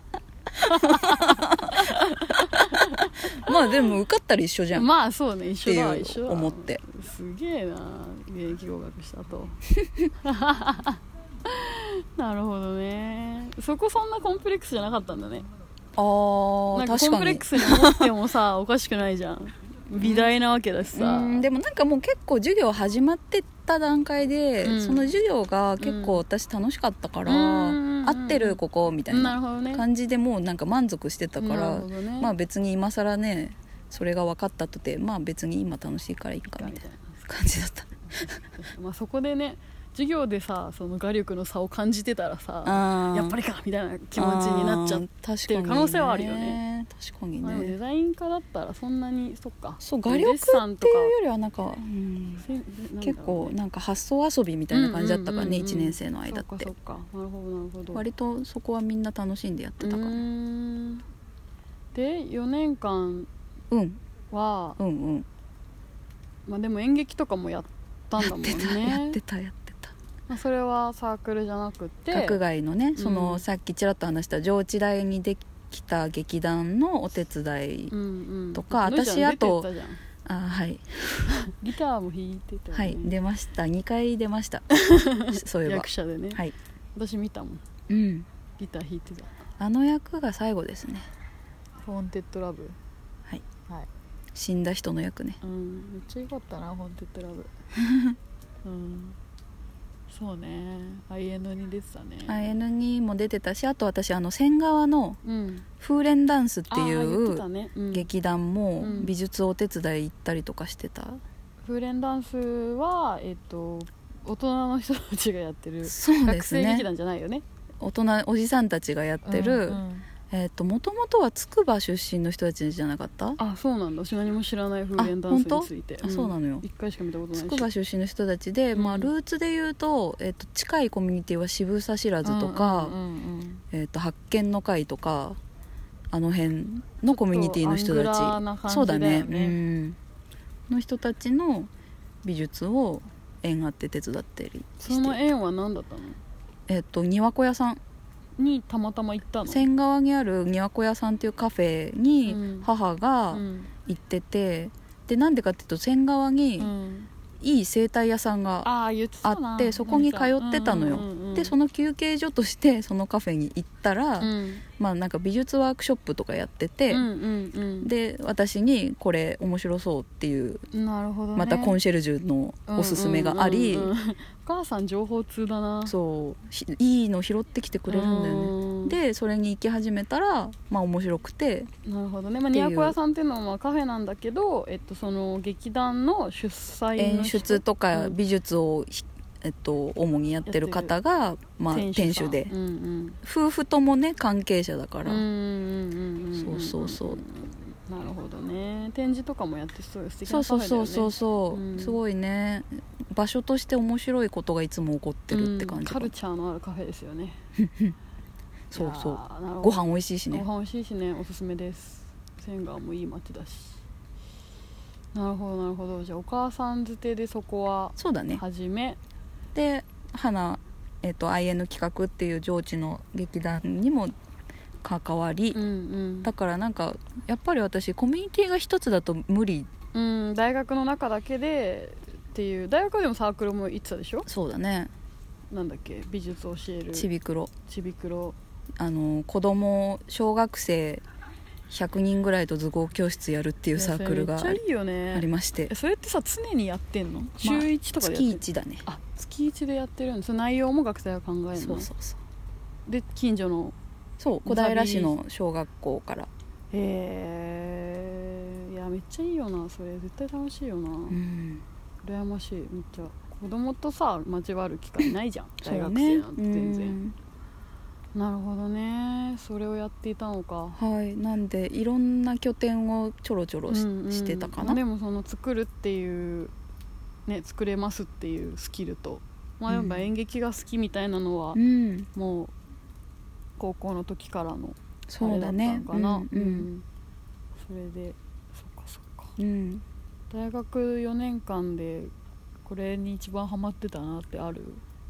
[SPEAKER 2] まあでも受かったら一緒じゃん、っ
[SPEAKER 1] まあそうね一
[SPEAKER 2] て
[SPEAKER 1] 緒
[SPEAKER 2] い
[SPEAKER 1] だ一緒
[SPEAKER 2] う
[SPEAKER 1] だ
[SPEAKER 2] 思って
[SPEAKER 1] すげえな現役合格した となるほどねそこそんなコンプレックスじゃなかったんだねな
[SPEAKER 2] あー
[SPEAKER 1] んかコ
[SPEAKER 2] 確
[SPEAKER 1] ン
[SPEAKER 2] か
[SPEAKER 1] プレッ
[SPEAKER 2] に
[SPEAKER 1] クスに思ってもさおかしくないじゃん美大なわけだしさ
[SPEAKER 2] うんでもなんかもう結構授業始まってった段階で、
[SPEAKER 1] うん
[SPEAKER 2] その授業が結構私楽しかったから、
[SPEAKER 1] うん
[SPEAKER 2] 合ってるここみたい
[SPEAKER 1] なる
[SPEAKER 2] な
[SPEAKER 1] ほどね
[SPEAKER 2] 感じでもうなんか満足してたか
[SPEAKER 1] な
[SPEAKER 2] ら
[SPEAKER 1] る、ほどね
[SPEAKER 2] まあ別に今更ねそれが分かった とてまあ別に今楽しいからいいかみたいな感じだった
[SPEAKER 1] まあそこでね授業でさその画力の差を感じてたらさ
[SPEAKER 2] や
[SPEAKER 1] やっぱ
[SPEAKER 2] り
[SPEAKER 1] りかみたいな気持ちになっちゃう
[SPEAKER 2] って
[SPEAKER 1] る可能性はあるよね
[SPEAKER 2] 確かに
[SPEAKER 1] まあでもデ
[SPEAKER 2] ね
[SPEAKER 1] ザイン科だったらそんなにそっか
[SPEAKER 2] そう画力
[SPEAKER 1] デッ
[SPEAKER 2] っ
[SPEAKER 1] サン
[SPEAKER 2] て
[SPEAKER 1] と
[SPEAKER 2] い
[SPEAKER 1] か
[SPEAKER 2] うよりはなんか、うん
[SPEAKER 1] せなんだろうね
[SPEAKER 2] 結構なんか発想遊びみたいな感じだったか
[SPEAKER 1] う
[SPEAKER 2] らね、
[SPEAKER 1] んうんうんうん
[SPEAKER 2] 1年生の間っ
[SPEAKER 1] そってかそっかなるほどなるほど
[SPEAKER 2] 割とそこはみんな楽しんでやってたか
[SPEAKER 1] うー
[SPEAKER 2] ら
[SPEAKER 1] んで4年間
[SPEAKER 2] うん
[SPEAKER 1] は、
[SPEAKER 2] うんうん
[SPEAKER 1] まあ、でも演劇とかもやったんだもんね
[SPEAKER 2] やってたやってた
[SPEAKER 1] まあ、それはサークルじゃなくて
[SPEAKER 2] 学外のねそうの
[SPEAKER 1] ん
[SPEAKER 2] さっきちらっと話した上智大にできた劇団のお手伝い、
[SPEAKER 1] うんうん、
[SPEAKER 2] とか
[SPEAKER 1] のりちゃん
[SPEAKER 2] 私あと
[SPEAKER 1] 出てったじゃん
[SPEAKER 2] あはい、
[SPEAKER 1] ギターも弾いてたよね
[SPEAKER 2] はい出ました2回出ま したそういえば
[SPEAKER 1] 役者でね、
[SPEAKER 2] はい、
[SPEAKER 1] 私見たもん
[SPEAKER 2] うん、
[SPEAKER 1] ギター弾いてた
[SPEAKER 2] あの役が最後ですね
[SPEAKER 1] 「フォンテッドラブ」
[SPEAKER 2] はい、
[SPEAKER 1] はい
[SPEAKER 2] 死んだ人の役ね
[SPEAKER 1] うんめっちゃ良かったな「フォンテッドラ ブ」うんそうね IN に出てたね
[SPEAKER 2] IN にも出てたしあと私あの仙川の
[SPEAKER 1] うん
[SPEAKER 2] 風蓮ダンスってい
[SPEAKER 1] あー言って
[SPEAKER 2] う
[SPEAKER 1] たね、うん、
[SPEAKER 2] 劇団も
[SPEAKER 1] うん
[SPEAKER 2] 美術お手伝い行ったりとかしてた、
[SPEAKER 1] 風連ダンスはえっ、と大人の人たちがやってる、
[SPEAKER 2] そうで
[SPEAKER 1] 学
[SPEAKER 2] す
[SPEAKER 1] 生劇
[SPEAKER 2] ね
[SPEAKER 1] 団じゃないよね
[SPEAKER 2] 大人おじさんたちがやってる、
[SPEAKER 1] うんうん
[SPEAKER 2] えっ、ともともとは筑波出身の人たちじゃなかったあ、
[SPEAKER 1] あそうなんだ私何も知らない風連ダンスについて
[SPEAKER 2] そうなのよ
[SPEAKER 1] 一回しか見たことないし
[SPEAKER 2] 筑波出身の人たちで、まあ、
[SPEAKER 1] うん
[SPEAKER 2] ルーツで言うと,、えっと近いコミュニティは渋沢知らずとか、
[SPEAKER 1] うんうんうんうん
[SPEAKER 2] えっと発見の会とかあの辺のコミュニティの人
[SPEAKER 1] ちょ
[SPEAKER 2] た
[SPEAKER 1] っ
[SPEAKER 2] ち
[SPEAKER 1] とアングラーな感じだよね
[SPEAKER 2] そうだねうんの人たちの美術を縁あって手伝ってり
[SPEAKER 1] そ
[SPEAKER 2] し
[SPEAKER 1] の
[SPEAKER 2] て
[SPEAKER 1] 縁は何だったの
[SPEAKER 2] えっ、と庭子屋さん
[SPEAKER 1] にたまたま行ったの
[SPEAKER 2] 仙川にある庭子屋さんっていうカフェ
[SPEAKER 1] うん
[SPEAKER 2] に母
[SPEAKER 1] う
[SPEAKER 2] が
[SPEAKER 1] ん
[SPEAKER 2] 行ってて、でなんでかっていうと仙川に、
[SPEAKER 1] うん
[SPEAKER 2] いい生態屋さんが
[SPEAKER 1] ああ言ってたな
[SPEAKER 2] あってそこに通ってたのよ、でそ
[SPEAKER 1] の
[SPEAKER 2] の休憩所として そのカフェに行ったら、まあなんか美術ワークショップとかやってて、で私にこれ面白そうっていう、
[SPEAKER 1] なるほどね
[SPEAKER 2] またコンシェルジュのおすすめがあり、
[SPEAKER 1] うんうんうんうんお 母さん情報通だな
[SPEAKER 2] そうひいいの拾ってきてくれるんだよね、
[SPEAKER 1] ね
[SPEAKER 2] でそれに行き始めたらまあ面白くて
[SPEAKER 1] なるほどね、まあ、
[SPEAKER 2] って
[SPEAKER 1] に
[SPEAKER 2] いう
[SPEAKER 1] やこ屋さんっていうのはまあカフェなんだけど、えっと、その劇団の主催の
[SPEAKER 2] 演
[SPEAKER 1] 人
[SPEAKER 2] 出とか
[SPEAKER 1] うん
[SPEAKER 2] 美術をひ、えっと、主にやってる方が、まあ、店
[SPEAKER 1] さん
[SPEAKER 2] 主で、
[SPEAKER 1] うんうん
[SPEAKER 2] 夫婦ともね関係者だから、
[SPEAKER 1] うんうんうんうん
[SPEAKER 2] そうそうそう
[SPEAKER 1] なるほどね展示とかもやってそうよ素敵
[SPEAKER 2] そ
[SPEAKER 1] な
[SPEAKER 2] う
[SPEAKER 1] カフ
[SPEAKER 2] そ
[SPEAKER 1] ェ
[SPEAKER 2] う
[SPEAKER 1] だよね
[SPEAKER 2] そうそうそう、
[SPEAKER 1] うん
[SPEAKER 2] すごいね場所として面白いことがいつも起こってるって感
[SPEAKER 1] うん
[SPEAKER 2] じ、
[SPEAKER 1] カルチャーのあるカフェですよね
[SPEAKER 2] そう
[SPEAKER 1] い
[SPEAKER 2] そう
[SPEAKER 1] やーなるほど
[SPEAKER 2] ご飯美味しいしね
[SPEAKER 1] ご飯美味しいしねおすすめです仙川もいい街だしなるほどなるほどじゃあお母さんづてでそこは
[SPEAKER 2] そうだね
[SPEAKER 1] 始め
[SPEAKER 2] で花、えっと IN 企画っていう上智の劇団にも関わり、
[SPEAKER 1] うんうん
[SPEAKER 2] だからなんかやっぱり私コミュニティが一つだと無理
[SPEAKER 1] うん大学の中だけでっていう大学でもサークルも行ってたでしょ
[SPEAKER 2] そうだね
[SPEAKER 1] なんだっけ美術を教える
[SPEAKER 2] ちびくろ
[SPEAKER 1] ちびくろ
[SPEAKER 2] あの子供小学生100人ぐらいと図工教室やるっていうサークルが
[SPEAKER 1] いやそれめっちゃいいよね
[SPEAKER 2] ありまして
[SPEAKER 1] えそれってさ常にやってんの、週1とかでやってん
[SPEAKER 2] 月
[SPEAKER 1] の
[SPEAKER 2] 1だね
[SPEAKER 1] あ月1でやってるんです内容も学生が考える
[SPEAKER 2] そ
[SPEAKER 1] の
[SPEAKER 2] うそうそう
[SPEAKER 1] で近所の
[SPEAKER 2] そう小平市の小学校から、
[SPEAKER 1] えー、いやめっちゃいいよなそれ絶対楽しいよな、
[SPEAKER 2] うん、
[SPEAKER 1] 羨ましいめっちゃ子供とさ交わる機会ないじゃん大
[SPEAKER 2] そう
[SPEAKER 1] 学
[SPEAKER 2] ね
[SPEAKER 1] 生なんて全然、なるほどねそれをやっていたのか
[SPEAKER 2] うんはいなんでいろんな拠点をちょろちょろし,、
[SPEAKER 1] うんうん
[SPEAKER 2] てたか
[SPEAKER 1] まあ
[SPEAKER 2] な
[SPEAKER 1] でもその作るっていうね作れますっていうスキルとまあやっぱ
[SPEAKER 2] うん
[SPEAKER 1] 演劇が好きみたいなのは、
[SPEAKER 2] うん
[SPEAKER 1] もう高校の時からのあ
[SPEAKER 2] そ
[SPEAKER 1] れ
[SPEAKER 2] う
[SPEAKER 1] だっ
[SPEAKER 2] だ
[SPEAKER 1] た
[SPEAKER 2] ね
[SPEAKER 1] のかな
[SPEAKER 2] うんうん
[SPEAKER 1] んそれでそっかそっか
[SPEAKER 2] うん
[SPEAKER 1] 大学4年間でこれに一番ハマってたなってある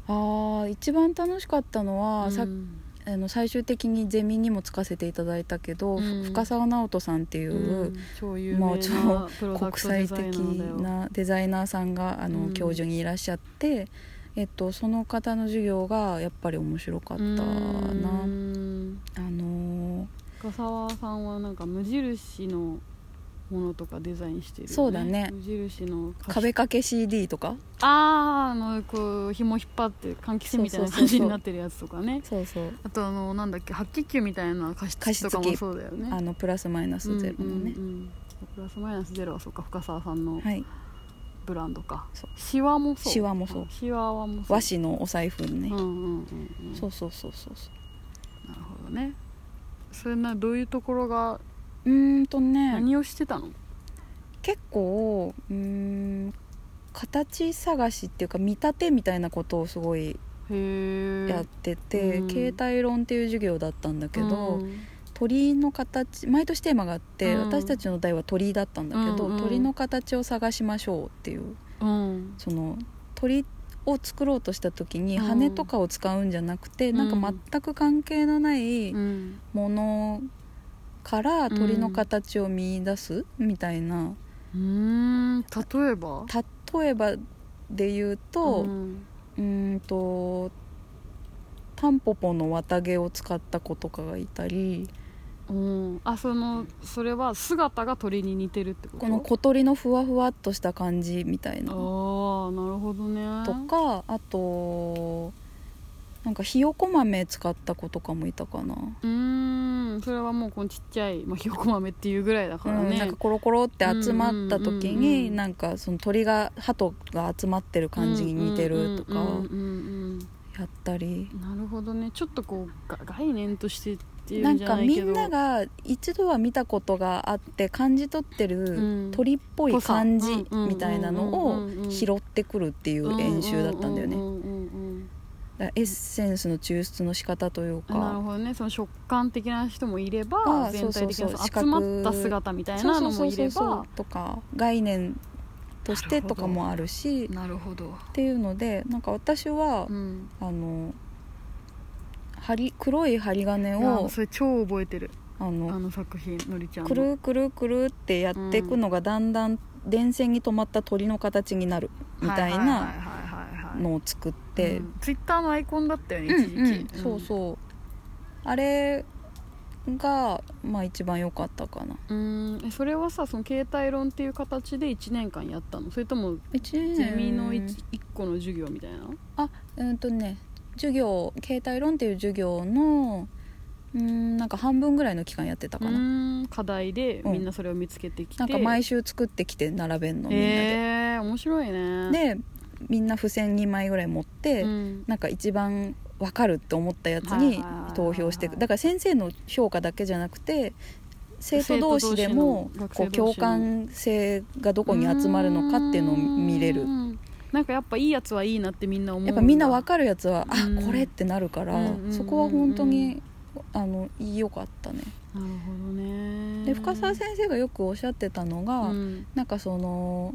[SPEAKER 2] あー一番楽しかったのは、さ
[SPEAKER 1] うん
[SPEAKER 2] あの最終的にゼミにもつかせていただいたけど、
[SPEAKER 1] うん、
[SPEAKER 2] 深澤直人さんっていううん
[SPEAKER 1] 超有名
[SPEAKER 2] もう
[SPEAKER 1] な
[SPEAKER 2] 超
[SPEAKER 1] プロダ
[SPEAKER 2] 国
[SPEAKER 1] クトデ
[SPEAKER 2] 際
[SPEAKER 1] ザ
[SPEAKER 2] 的
[SPEAKER 1] イナーだよ
[SPEAKER 2] なデザイナーさんがあの、
[SPEAKER 1] うん
[SPEAKER 2] 教授にいらっしゃって、えっと、その方の授業がやっぱり面白かったな、
[SPEAKER 1] うん
[SPEAKER 2] あのー
[SPEAKER 1] 深澤さんはなんか無印のものとかデザインしてるよ、ね、
[SPEAKER 2] そうだね
[SPEAKER 1] 無印の
[SPEAKER 2] 壁掛け CD とか
[SPEAKER 1] あーあのこう紐引っ張って換気扇みたいな感
[SPEAKER 2] そうそうそうそう
[SPEAKER 1] じになってるやつとかね
[SPEAKER 2] そうそう
[SPEAKER 1] あとあのなんだっけ白血球みたいな加湿器とか
[SPEAKER 2] 加
[SPEAKER 1] も
[SPEAKER 2] 湿器
[SPEAKER 1] そうだよね
[SPEAKER 2] あのプラスマイナスゼロのね、
[SPEAKER 1] うんうんうんプラスマイナスゼロはそうか深澤さんの
[SPEAKER 2] はい
[SPEAKER 1] ブランドか
[SPEAKER 2] そう
[SPEAKER 1] シワもそう
[SPEAKER 2] シワもそう
[SPEAKER 1] あシワはもそう
[SPEAKER 2] 和紙のお財布のね、
[SPEAKER 1] うんうんうんうん
[SPEAKER 2] そうそうそうそうそう
[SPEAKER 1] なるほどねそれなどういうところが
[SPEAKER 2] うーんとね
[SPEAKER 1] 何をしてたの、
[SPEAKER 2] 結構うーん形探しっていうか見立てみたいなことをすごい
[SPEAKER 1] へえ
[SPEAKER 2] やってて、
[SPEAKER 1] うん
[SPEAKER 2] 形態論っていう授業だったんだけど、
[SPEAKER 1] うん
[SPEAKER 2] 鳥の形毎年テーマがあって、
[SPEAKER 1] うん
[SPEAKER 2] 私たちの代は鳥だったんだけど、
[SPEAKER 1] うんうん
[SPEAKER 2] 鳥の形を探しましょうっていう
[SPEAKER 1] うん
[SPEAKER 2] その鳥を作ろうとした時に
[SPEAKER 1] うん
[SPEAKER 2] 羽とかを使うんじゃなくて、なんか全く関係のない
[SPEAKER 1] うん
[SPEAKER 2] ものから鳥の形を見出すみたいな
[SPEAKER 1] うーん例えば
[SPEAKER 2] 例えばで言うと、
[SPEAKER 1] ん
[SPEAKER 2] うーんとタンポポの綿毛を使った子とかがいたり
[SPEAKER 1] うん、あそのそれは姿が鳥に似てるってこと
[SPEAKER 2] この小鳥のふわふわっとした感じみたいな
[SPEAKER 1] ああなるほどね
[SPEAKER 2] とかあとなんかひよこ豆使った子とかもいたかな。
[SPEAKER 1] うーんそれはもうこのちっちゃい、まあ、ひよこ豆っていうぐらいだから
[SPEAKER 2] う
[SPEAKER 1] ね、
[SPEAKER 2] んなんかコロコロって集まった時
[SPEAKER 1] うんうんうんう
[SPEAKER 2] に
[SPEAKER 1] ん
[SPEAKER 2] なんかその鳥が鳩が集まってる感じに似てるとか
[SPEAKER 1] うんうんうん
[SPEAKER 2] やったり
[SPEAKER 1] うんなるほどねちょっとこうが概念としてってい
[SPEAKER 2] な
[SPEAKER 1] うん
[SPEAKER 2] ん
[SPEAKER 1] じゃ
[SPEAKER 2] か
[SPEAKER 1] ない
[SPEAKER 2] み
[SPEAKER 1] けど
[SPEAKER 2] んなが一度は見たことがあって感じ取って
[SPEAKER 1] う
[SPEAKER 2] る
[SPEAKER 1] ん
[SPEAKER 2] 鳥っぽい感じ
[SPEAKER 1] ぽさ
[SPEAKER 2] みたいなのを拾ってくるっていう演習だったんだよね
[SPEAKER 1] ううんうんうん
[SPEAKER 2] だからエッセンスの抽出の仕方という
[SPEAKER 1] あなる
[SPEAKER 2] か
[SPEAKER 1] ほどねその食感的な人もいれ
[SPEAKER 2] あ
[SPEAKER 1] ば
[SPEAKER 2] ー
[SPEAKER 1] 全体的な
[SPEAKER 2] そ
[SPEAKER 1] そ
[SPEAKER 2] うそうそう視
[SPEAKER 1] の集
[SPEAKER 2] 覚
[SPEAKER 1] まった姿みたいなのもいれば
[SPEAKER 2] とか概念としてとかもあるし
[SPEAKER 1] なるほど、
[SPEAKER 2] っていうのでなんか私は
[SPEAKER 1] うん、
[SPEAKER 2] あの針黒い針金
[SPEAKER 1] いや
[SPEAKER 2] を
[SPEAKER 1] それ超覚えてる
[SPEAKER 2] あ
[SPEAKER 1] あ
[SPEAKER 2] の
[SPEAKER 1] の作品のりちゃんの
[SPEAKER 2] くるくるくるってやっていくのがだんだん電線に止まった鳥の形になるみたい
[SPEAKER 1] は
[SPEAKER 2] な
[SPEAKER 1] はいはいはいはい
[SPEAKER 2] のを作って、
[SPEAKER 1] うんツイッターのアイコンだったよね
[SPEAKER 2] うん
[SPEAKER 1] 一時期、
[SPEAKER 2] うんそうそうあれが、まあ、一番良かったかな
[SPEAKER 1] うんえそれはさその形態論っていう形で1年間やったのそれとも
[SPEAKER 2] 1
[SPEAKER 1] ゼミの 1, 一個の授業みたいな
[SPEAKER 2] あうんとね授業携帯論っていう授業のうんなんか半分ぐらいの期間やってたかな、
[SPEAKER 1] うん課題で
[SPEAKER 2] うん
[SPEAKER 1] みんなそれを見つけてきて、
[SPEAKER 2] なんか毎週作ってきて並べんのみんなで、
[SPEAKER 1] えー、面白いね
[SPEAKER 2] でみんな付箋2枚ぐらい持って、
[SPEAKER 1] うん
[SPEAKER 2] なんか一番分かるって思ったやつ
[SPEAKER 1] はいはいは
[SPEAKER 2] に
[SPEAKER 1] いはい
[SPEAKER 2] 投票していくだから先生の評価だけじゃなくて生徒同士でも
[SPEAKER 1] 生徒同士の学生
[SPEAKER 2] こう
[SPEAKER 1] 同士の
[SPEAKER 2] 共感性がどこに集まるのかっていうのを見れ
[SPEAKER 1] う
[SPEAKER 2] る
[SPEAKER 1] んなんかやっぱいいやつはいいなってみんな思う
[SPEAKER 2] やっぱみんな分
[SPEAKER 1] 若
[SPEAKER 2] かるやつは
[SPEAKER 1] うん
[SPEAKER 2] あこれってなるから
[SPEAKER 1] うんうんうん
[SPEAKER 2] そこは本当にあの良かったね
[SPEAKER 1] なるほどね
[SPEAKER 2] で深澤先生がよくおっしゃってたのが
[SPEAKER 1] うん
[SPEAKER 2] なんかその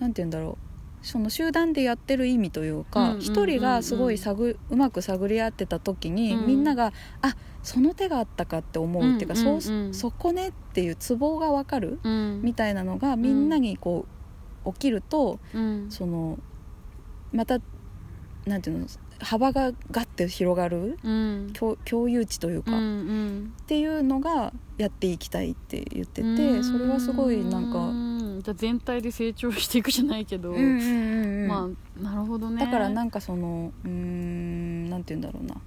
[SPEAKER 2] なんて言うんだろうその集団でやってる意味という
[SPEAKER 1] うんうん
[SPEAKER 2] か
[SPEAKER 1] うん
[SPEAKER 2] 一、人がすごい探うまく探り合ってた時に、
[SPEAKER 1] うん
[SPEAKER 2] みんながあその手があったかって思う、っていうか
[SPEAKER 1] うんうんうん
[SPEAKER 2] そうそこねっていうツボがわかる
[SPEAKER 1] うん
[SPEAKER 2] みたいなのがみんなにこう起きると
[SPEAKER 1] うん
[SPEAKER 2] そのまたなんていうの幅がガッて広がる
[SPEAKER 1] うん
[SPEAKER 2] 共共有地というか、
[SPEAKER 1] うんう
[SPEAKER 2] っ
[SPEAKER 1] ん
[SPEAKER 2] ていうのがやっていきたいって言って
[SPEAKER 1] う
[SPEAKER 2] て
[SPEAKER 1] ん
[SPEAKER 2] それはすごいなんか。
[SPEAKER 1] うんじゃあ全体で成長していくじゃないけど、
[SPEAKER 2] うんうんうんうん
[SPEAKER 1] まあなるほどね
[SPEAKER 2] だからなんかそのうーんなんて言うんだろうな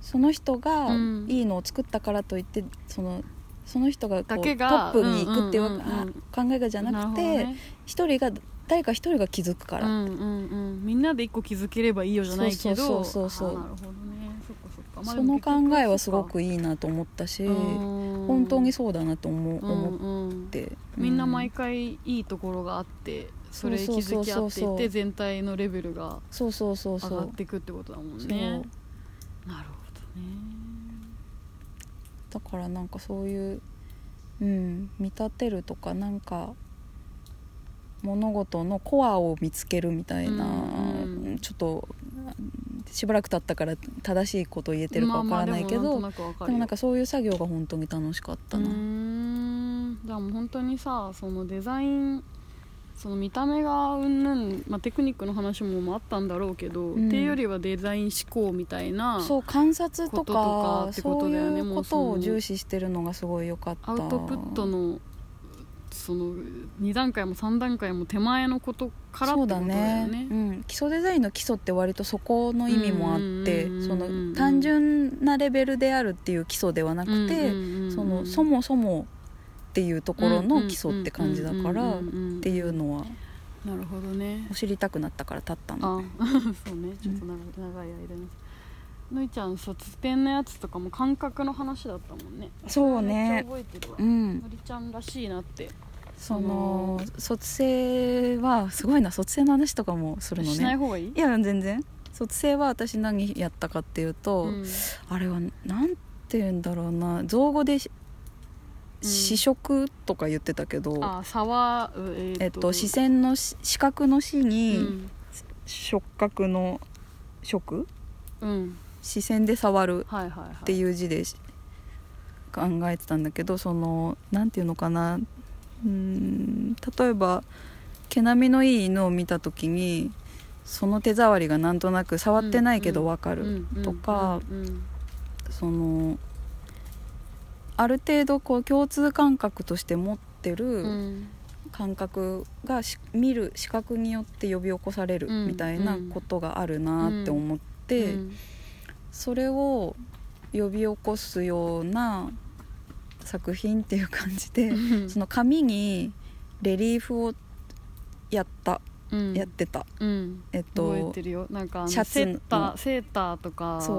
[SPEAKER 2] その人が
[SPEAKER 1] うん
[SPEAKER 2] いいのを作ったからといって、そのその人がこ
[SPEAKER 1] だ
[SPEAKER 2] う
[SPEAKER 1] けが
[SPEAKER 2] トップに行くっていうわ
[SPEAKER 1] うんうんうんうん
[SPEAKER 2] あ考えがじゃなく
[SPEAKER 1] るほど
[SPEAKER 2] て
[SPEAKER 1] ね
[SPEAKER 2] 一、人が誰か一人が気づくか
[SPEAKER 1] う
[SPEAKER 2] ら、
[SPEAKER 1] んうんうん、みんなで一個気づければいいよじゃないけど
[SPEAKER 2] そうそうそうそうそう
[SPEAKER 1] あなるほどねそっかそっか、まあ
[SPEAKER 2] その考えはすご
[SPEAKER 1] で
[SPEAKER 2] くいいなと思ったし、
[SPEAKER 1] も結局そうかうん
[SPEAKER 2] 本当にそうだなと思,、う思っ
[SPEAKER 1] うんうん
[SPEAKER 2] て、
[SPEAKER 1] みんな
[SPEAKER 2] う
[SPEAKER 1] 毎回いいところがあってそれ気
[SPEAKER 2] そうそ
[SPEAKER 1] づ
[SPEAKER 2] う
[SPEAKER 1] き
[SPEAKER 2] そ
[SPEAKER 1] 合
[SPEAKER 2] う
[SPEAKER 1] ってい
[SPEAKER 2] そ
[SPEAKER 1] っ
[SPEAKER 2] う
[SPEAKER 1] て全体のレベルが
[SPEAKER 2] そうそうそうそ
[SPEAKER 1] 上がっ
[SPEAKER 2] う
[SPEAKER 1] ていくってことだもん
[SPEAKER 2] そう
[SPEAKER 1] ねなるほどね
[SPEAKER 2] だからなんかそういう、うん、見立てるとかなんか物事のコアを見つけるみたいな、
[SPEAKER 1] うんうん
[SPEAKER 2] ちょっとしばらく経ったから正しいこと言えてるかわからないけど、
[SPEAKER 1] まあまあでもなんとなくわか
[SPEAKER 2] で
[SPEAKER 1] る
[SPEAKER 2] も
[SPEAKER 1] よ
[SPEAKER 2] なんかそういう作業が本当に楽しかったな、
[SPEAKER 1] うーんじゃあもう本当にさそのデザインその見た目がうんぬん、まあ、テクニックの話もまああったんだろうけど、
[SPEAKER 2] ん
[SPEAKER 1] っていうよりはデザイン思考みたいな
[SPEAKER 2] そう観察と
[SPEAKER 1] ことと
[SPEAKER 2] か
[SPEAKER 1] かってこ
[SPEAKER 2] そ
[SPEAKER 1] と
[SPEAKER 2] う
[SPEAKER 1] だよね
[SPEAKER 2] いう
[SPEAKER 1] もう
[SPEAKER 2] こ
[SPEAKER 1] その
[SPEAKER 2] とを重視してるのがすごい良かった
[SPEAKER 1] アウトプットのその2段階も3段階も手前のことからって
[SPEAKER 2] そ
[SPEAKER 1] こと
[SPEAKER 2] う
[SPEAKER 1] だ
[SPEAKER 2] だ
[SPEAKER 1] よ
[SPEAKER 2] ね
[SPEAKER 1] ね
[SPEAKER 2] うん、基礎デザインの基礎って割とそこの意味もあって、
[SPEAKER 1] うんうんうんうん
[SPEAKER 2] その単純なレベルであるっていう基礎ではなくて、そのそもそもっていうところの基礎って感じだからっ
[SPEAKER 1] って
[SPEAKER 2] いうのは
[SPEAKER 1] なるほどね
[SPEAKER 2] お知りたくなったから立ったの
[SPEAKER 1] あ そうねちょっと長,、長い間にのいちゃん卒点のやつとかも感覚の話だったもんね
[SPEAKER 2] そうね
[SPEAKER 1] めっちゃ覚えてるわ、
[SPEAKER 2] うん
[SPEAKER 1] のりちゃんらしいなって
[SPEAKER 2] その卒生はすごいな卒生の話とかもするの
[SPEAKER 1] しない
[SPEAKER 2] ね
[SPEAKER 1] 方がいい
[SPEAKER 2] いや全然卒生は私何やったかっていうと、
[SPEAKER 1] うん
[SPEAKER 2] あれはなんて言うんだろうな造語でし
[SPEAKER 1] うん
[SPEAKER 2] 試食とか言ってたけど、
[SPEAKER 1] あ沢う
[SPEAKER 2] え
[SPEAKER 1] え
[SPEAKER 2] っと、視線のし視覚の視に、
[SPEAKER 1] うん
[SPEAKER 2] 触覚の触
[SPEAKER 1] うん
[SPEAKER 2] 視線で触る
[SPEAKER 1] はいはいはい
[SPEAKER 2] っていう字でし考えてたんだけどそのなんていうのかなうーん例えば毛並みのいい犬を見た時にその手触りがなんとなく触ってないけどわかるとか、
[SPEAKER 1] うんうん
[SPEAKER 2] そのある程度こう共通感覚として持って
[SPEAKER 1] うんう
[SPEAKER 2] る
[SPEAKER 1] ん
[SPEAKER 2] 感覚がし見る視覚によって呼び起こされる
[SPEAKER 1] うん
[SPEAKER 2] みたいなことがあるなって思って。
[SPEAKER 1] うん
[SPEAKER 2] それを呼び起こすような作品っていう感じで、
[SPEAKER 1] うん
[SPEAKER 2] その紙にレリーフをやった、
[SPEAKER 1] うん
[SPEAKER 2] やってた
[SPEAKER 1] うん
[SPEAKER 2] えっ
[SPEAKER 1] 覚え
[SPEAKER 2] と
[SPEAKER 1] てるよなんかあの
[SPEAKER 2] シャツ
[SPEAKER 1] セータ
[SPEAKER 2] の
[SPEAKER 1] ーセーターとか
[SPEAKER 2] そう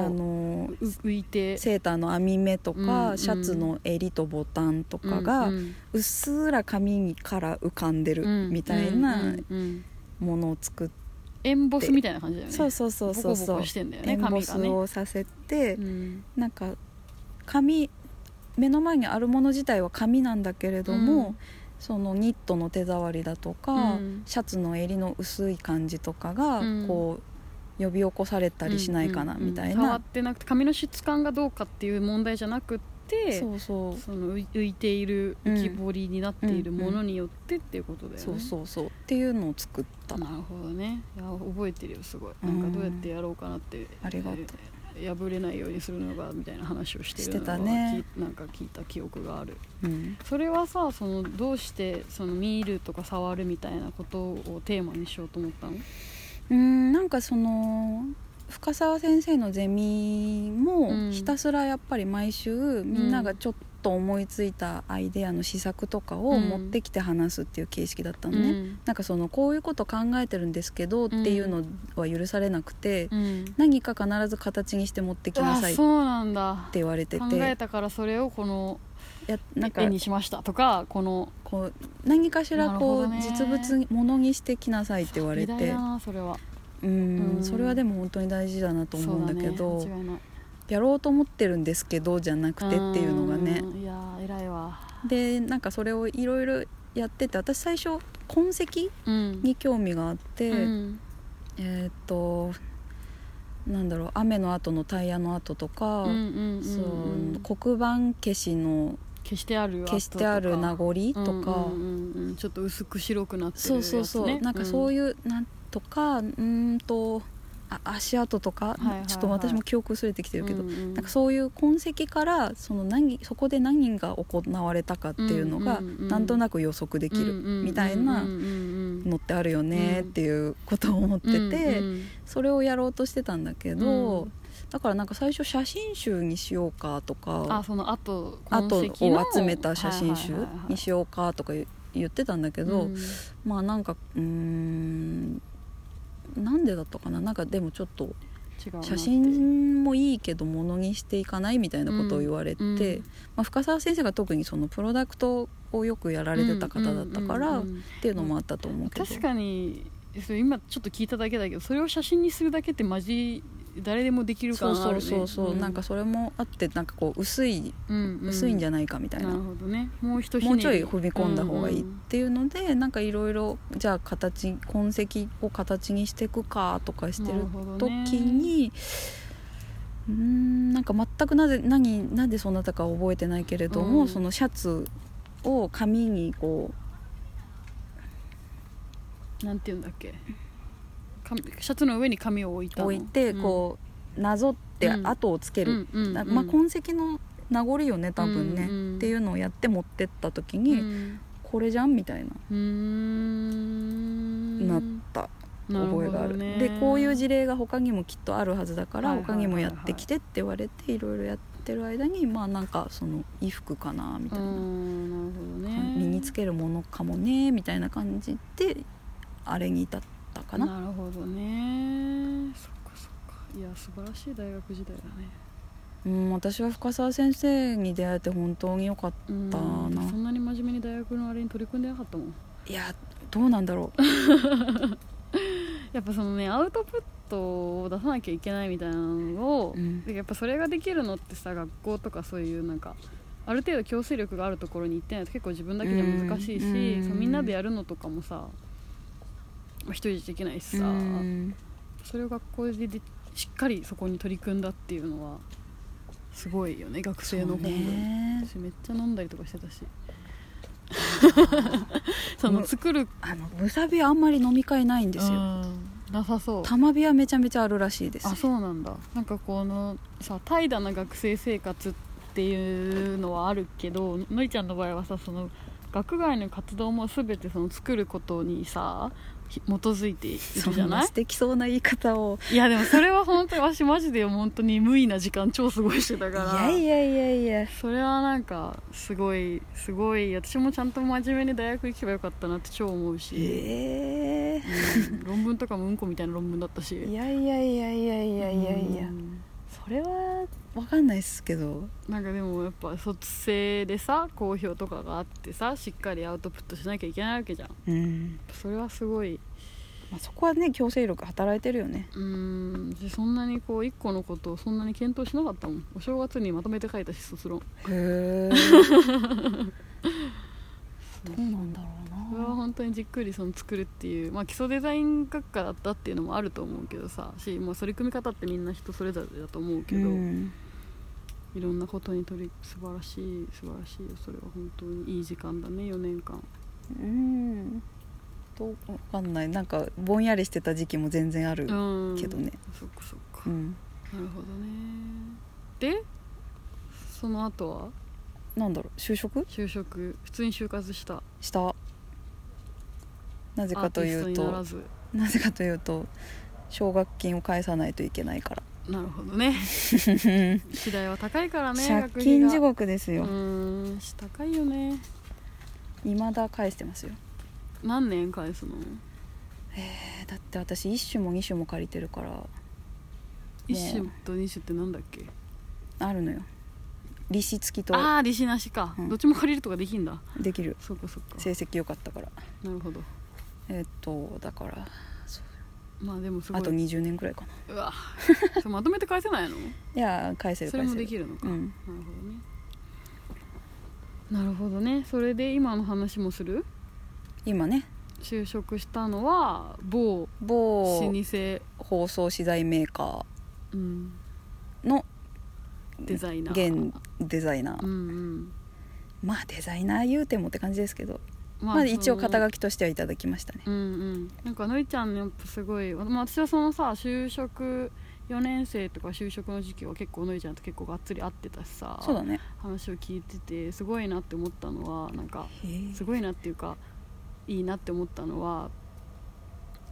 [SPEAKER 2] あ
[SPEAKER 1] を
[SPEAKER 2] の
[SPEAKER 1] う浮いて
[SPEAKER 2] セーターの編み目とか、
[SPEAKER 1] うん
[SPEAKER 2] シャツの襟とボタンとかが、
[SPEAKER 1] う
[SPEAKER 2] うんっすら紙から浮かんで
[SPEAKER 1] うんう
[SPEAKER 2] る
[SPEAKER 1] ん
[SPEAKER 2] みたいな
[SPEAKER 1] うんうん
[SPEAKER 2] ものを作って、
[SPEAKER 1] エンボスみたいな感じだよね
[SPEAKER 2] そうそうそうそう
[SPEAKER 1] ボコ
[SPEAKER 2] そ
[SPEAKER 1] ボ
[SPEAKER 2] う
[SPEAKER 1] コしてんだよね
[SPEAKER 2] エンボ
[SPEAKER 1] 髪
[SPEAKER 2] ス
[SPEAKER 1] がね
[SPEAKER 2] をさせて、
[SPEAKER 1] うん
[SPEAKER 2] なんか紙目の前にあるもの自体は紙なんだけれども、
[SPEAKER 1] うん
[SPEAKER 2] そのニットの手触りだとか、
[SPEAKER 1] うん
[SPEAKER 2] シャツの襟の薄い感じとかが、
[SPEAKER 1] うん
[SPEAKER 2] こう呼び起こされたりしないかな、
[SPEAKER 1] うんうんうん
[SPEAKER 2] みたい
[SPEAKER 1] 触っ
[SPEAKER 2] な、
[SPEAKER 1] てなくて髪の質感がどうかっていう問題じゃなくって
[SPEAKER 2] そうそう
[SPEAKER 1] その浮い浮いている
[SPEAKER 2] うん
[SPEAKER 1] 浮き彫りになっているものによってっていうことだよね、
[SPEAKER 2] そうそうそうっていうのを作った、
[SPEAKER 1] なるほどねいや覚えてるよすごい
[SPEAKER 2] うん
[SPEAKER 1] なんかどうやってやろうかなって、
[SPEAKER 2] ありがとう
[SPEAKER 1] 破れないようにするのがみたいな話をしてるのが
[SPEAKER 2] してたね
[SPEAKER 1] きなんか聞いた記憶がある
[SPEAKER 2] うん
[SPEAKER 1] それはさそのどうしてその見るとか触るみたいなことをテーマにしようと思ったの
[SPEAKER 2] うんなんかその深澤先生のゼ
[SPEAKER 1] う
[SPEAKER 2] ミ
[SPEAKER 1] ん
[SPEAKER 2] もひたすらやっぱり毎週みんながちょっと思いついたアイデアの試作とかを持ってきて話すっていう形式だったのね、
[SPEAKER 1] うん
[SPEAKER 2] なんかそのこういうこと考えてるんですけどっていうのは許されなくて、
[SPEAKER 1] うん
[SPEAKER 2] 何か必ず形にして持ってきな
[SPEAKER 1] あ
[SPEAKER 2] さいって
[SPEAKER 1] そうなんだ
[SPEAKER 2] 言われて
[SPEAKER 1] 考え
[SPEAKER 2] て
[SPEAKER 1] たからそれをこの
[SPEAKER 2] やなんか
[SPEAKER 1] 絵にしましたとかこの
[SPEAKER 2] こう何かしらこう
[SPEAKER 1] なるほ
[SPEAKER 2] 実
[SPEAKER 1] どね
[SPEAKER 2] 物ものにしてきなさいって言われ
[SPEAKER 1] 偉大
[SPEAKER 2] て
[SPEAKER 1] だなそれは
[SPEAKER 2] うん
[SPEAKER 1] うん
[SPEAKER 2] それはでも本当に大事だなと思うんだけど
[SPEAKER 1] そうだね間違いない
[SPEAKER 2] やろうと思ってるんですけどじゃなくてっていうのがね
[SPEAKER 1] うんいやー偉いわ
[SPEAKER 2] でなんかそれをいろいろやってて私最初痕跡
[SPEAKER 1] うん
[SPEAKER 2] に興味があって、
[SPEAKER 1] うん
[SPEAKER 2] えーっとなんだろう雨の後のタイヤの跡とか、
[SPEAKER 1] うんうん
[SPEAKER 2] そ
[SPEAKER 1] うんうん
[SPEAKER 2] う黒板消しの
[SPEAKER 1] 消してある
[SPEAKER 2] 消してある名
[SPEAKER 1] 名
[SPEAKER 2] 残と
[SPEAKER 1] う
[SPEAKER 2] か、
[SPEAKER 1] んうんうんうんちょっと薄く白くなってる
[SPEAKER 2] そう
[SPEAKER 1] やつ、ね、
[SPEAKER 2] そうそう、なんかそう
[SPEAKER 1] い
[SPEAKER 2] いうなんとかうーんとあ足跡とか、
[SPEAKER 1] いはいはい
[SPEAKER 2] ちょっと私も記憶薄れてきて
[SPEAKER 1] う
[SPEAKER 2] るけど、
[SPEAKER 1] んうん、
[SPEAKER 2] なんかそういう痕跡からその何そこで何が行われたかっていうのが、
[SPEAKER 1] うんうんうん
[SPEAKER 2] なんとなく予測できるみたいなのってあるよねっていうことを思ってて、それをやろうとしてたんだけど、
[SPEAKER 1] うん
[SPEAKER 2] だからなんか最初写真集にしようかと
[SPEAKER 1] あ
[SPEAKER 2] か
[SPEAKER 1] その後
[SPEAKER 2] 跡
[SPEAKER 1] 痕跡の
[SPEAKER 2] を集めた写真集
[SPEAKER 1] はいはいはいはい
[SPEAKER 2] にしようかとか言言ってたんだけど、
[SPEAKER 1] うん
[SPEAKER 2] まあなんかうーんなんでだったかななんかでもちょっと
[SPEAKER 1] 違うなって
[SPEAKER 2] 写真もいいけどものにしていかないみたいなことを言われ
[SPEAKER 1] う
[SPEAKER 2] て、
[SPEAKER 1] んうん
[SPEAKER 2] まあ、深澤先生が特にそのプロダクトをよくやられてた方だったから、
[SPEAKER 1] うんうんうんうん
[SPEAKER 2] っていうのもあったと思うけど
[SPEAKER 1] 確かにそう今ちょっと聞いただけだけどそれを写真にするだけってマジ誰でもできる
[SPEAKER 2] そ
[SPEAKER 1] 感
[SPEAKER 2] う
[SPEAKER 1] ある、
[SPEAKER 2] そう
[SPEAKER 1] ね、
[SPEAKER 2] そうそう、なんかそれもあってなんかこう薄い
[SPEAKER 1] うんう
[SPEAKER 2] 薄いんじ
[SPEAKER 1] ゃ
[SPEAKER 2] ゃないかみたいな、
[SPEAKER 1] なるほどねもう一ひねり
[SPEAKER 2] もうちょい踏み込んだ方がいいっていうので、なんかいろいろじゃあ形痕跡を形にしていくかとかしてる時に、うーんなんか全くなぜ何なんでそうなったかは覚えてないけれども、
[SPEAKER 1] うん
[SPEAKER 2] そのシャツを紙にこ
[SPEAKER 1] なんていうんだっけ紙シャツの上に紙を置いた
[SPEAKER 2] う
[SPEAKER 1] の
[SPEAKER 2] 置いてこう、なぞって
[SPEAKER 1] うん
[SPEAKER 2] 跡をつけ
[SPEAKER 1] う
[SPEAKER 2] る、
[SPEAKER 1] んうんうん
[SPEAKER 2] な
[SPEAKER 1] うん、
[SPEAKER 2] まあ、痕跡の名残よね多分ね、
[SPEAKER 1] うんうん
[SPEAKER 2] っていうのをやって持ってった時
[SPEAKER 1] う
[SPEAKER 2] に、
[SPEAKER 1] ん
[SPEAKER 2] これじゃんみたい
[SPEAKER 1] う
[SPEAKER 2] な
[SPEAKER 1] ーん
[SPEAKER 2] なった覚えがあ
[SPEAKER 1] なほど
[SPEAKER 2] る
[SPEAKER 1] ね
[SPEAKER 2] でこういう事例が他にもきっとあるはずだから、
[SPEAKER 1] はいはいはい
[SPEAKER 2] 他にもやってきてって言われていろいろやってる間にまあなんかその衣服かなみたいう
[SPEAKER 1] ー
[SPEAKER 2] な、
[SPEAKER 1] んなるほどね
[SPEAKER 2] 身につけるものかもねみたいな感じであれに至ったかな
[SPEAKER 1] なるほどねそっかそっかいや素晴らしい大学時代だね
[SPEAKER 2] うん私は深澤先生に出会えて本当によかっ
[SPEAKER 1] うん
[SPEAKER 2] だな
[SPEAKER 1] そんなに真面目に大学のあれに取り組んでなかったもん
[SPEAKER 2] たいやどうなんだ ろう
[SPEAKER 1] やっぱそのねアウトプットを出さなきゃいけないみたいなのを、
[SPEAKER 2] うん
[SPEAKER 1] でやっぱそれができるのってさ学校とかそういうなんかある程度強制力があるところに行ってないと結構自分だけじゃ難しいし、
[SPEAKER 2] うん
[SPEAKER 1] そうみんなでやるのとかもさまあ一人じゃできないしさ、
[SPEAKER 2] うん
[SPEAKER 1] それを学校ででしっかりそこに取り組んだっていうのはすごいよね学生の
[SPEAKER 2] そう
[SPEAKER 1] 本分
[SPEAKER 2] ね
[SPEAKER 1] 私めっちゃ飲んだりとかしてた しその作る
[SPEAKER 2] あのむさびはあんまり飲み会ないんです
[SPEAKER 1] う
[SPEAKER 2] よ
[SPEAKER 1] んなさそう
[SPEAKER 2] 玉火はめちゃめちゃあるらしいです
[SPEAKER 1] あそうなんだなんかこのさ怠惰な学生生活っていうのはあるけどのりちゃんの場合はさその学外の活動も全てその作ることにさひ基づいてい
[SPEAKER 2] そ
[SPEAKER 1] る
[SPEAKER 2] ん
[SPEAKER 1] じゃ
[SPEAKER 2] な
[SPEAKER 1] ない
[SPEAKER 2] 素敵そうな言い方を
[SPEAKER 1] いやでもそれは本当に私マジで本当に無意な時間超過ごしてた
[SPEAKER 2] い
[SPEAKER 1] から
[SPEAKER 2] やいやいやいや
[SPEAKER 1] それはなんかすごいすごい私もちゃんと真面目に大学行けばよかったなって超思うし、
[SPEAKER 2] ええ
[SPEAKER 1] うん論文とかもうんこみたいな論文だったし
[SPEAKER 2] いやいやいやいやいやいやいや
[SPEAKER 1] うん
[SPEAKER 2] それはわかんないっすけど
[SPEAKER 1] なんかでもやっぱ卒生でさ好評とかがあってさしっかりアウトプットしなきゃいけないわけじゃん
[SPEAKER 2] うん、
[SPEAKER 1] それはすごい
[SPEAKER 2] まあ、そこはね強制力働いてるよね
[SPEAKER 1] うーんでそんなにこう一個のことをそんなに検討しなかったもんお正月にまとめて書いたし卒論
[SPEAKER 2] へえどうなんだろ
[SPEAKER 1] これは
[SPEAKER 2] うな
[SPEAKER 1] 本当にじっくりその作るっていう、まあ、基礎デザイン学科だったっていうのもあると思うけどさし、まあ、取り組み方ってみんな人それぞれだと思うけ
[SPEAKER 2] う
[SPEAKER 1] ど、
[SPEAKER 2] ん、
[SPEAKER 1] いろんなことに取り素晴らしい素晴らしいよそれは本当にいい時間だね4年間
[SPEAKER 2] うん、どうわかんないなんかぼんやりしてた時期も全然ある
[SPEAKER 1] うん
[SPEAKER 2] けどね
[SPEAKER 1] そっかそっか
[SPEAKER 2] うん、
[SPEAKER 1] なるほどねでその後は
[SPEAKER 2] なんだろう就職
[SPEAKER 1] 就職普通に就活した
[SPEAKER 2] したなぜかという
[SPEAKER 1] アーティ
[SPEAKER 2] と
[SPEAKER 1] ストにな
[SPEAKER 2] なぜかというと奨学金を返さないといけないから
[SPEAKER 1] らずなるほど ね次第は高いからね
[SPEAKER 2] 借金地
[SPEAKER 1] 学
[SPEAKER 2] 獄です
[SPEAKER 1] 費
[SPEAKER 2] よ
[SPEAKER 1] がうーん高いよね
[SPEAKER 2] 未だ返してますよ
[SPEAKER 1] 何年返すの
[SPEAKER 2] えーだって私1種も2種も借りてるから
[SPEAKER 1] 一種と二種ってなんだっけ
[SPEAKER 2] あるのよ利子付きと
[SPEAKER 1] ああ利子なしか、
[SPEAKER 2] うん
[SPEAKER 1] どっちも借りるとかできんだ
[SPEAKER 2] できる
[SPEAKER 1] そうかそうか
[SPEAKER 2] 成績良かったから
[SPEAKER 1] なるほど
[SPEAKER 2] えーっとだから
[SPEAKER 1] まあでもすごい
[SPEAKER 2] あと20年ぐらいかな
[SPEAKER 1] うわそれまとめて返せない の
[SPEAKER 2] いや返せる
[SPEAKER 1] それ
[SPEAKER 2] 返せ
[SPEAKER 1] も
[SPEAKER 2] る
[SPEAKER 1] できるのか、
[SPEAKER 2] うん
[SPEAKER 1] なるほどねなるほどねそれで今の話もする
[SPEAKER 2] 今ね
[SPEAKER 1] 就職したのは某老
[SPEAKER 2] 某
[SPEAKER 1] 舗、
[SPEAKER 2] 放送資材メーカ
[SPEAKER 1] うん、
[SPEAKER 2] ーの
[SPEAKER 1] デザイナー
[SPEAKER 2] 現デザイナ
[SPEAKER 1] う
[SPEAKER 2] ー
[SPEAKER 1] んうん
[SPEAKER 2] まあデザイナー言うてもって感じですけど
[SPEAKER 1] ま
[SPEAKER 2] まあ一応肩
[SPEAKER 1] 書
[SPEAKER 2] 書きとしてはいただきましたね
[SPEAKER 1] うんうんなんかのりちゃんのやっぱすごい、まあ、私はそのさ就職4年生とか就職の時期は結構のりちゃんと結構がっつり会ってたしさ
[SPEAKER 2] そうだね
[SPEAKER 1] 話を聞いててすごいなって思ったのはなんかすごいなっていうかいいなって思ったのは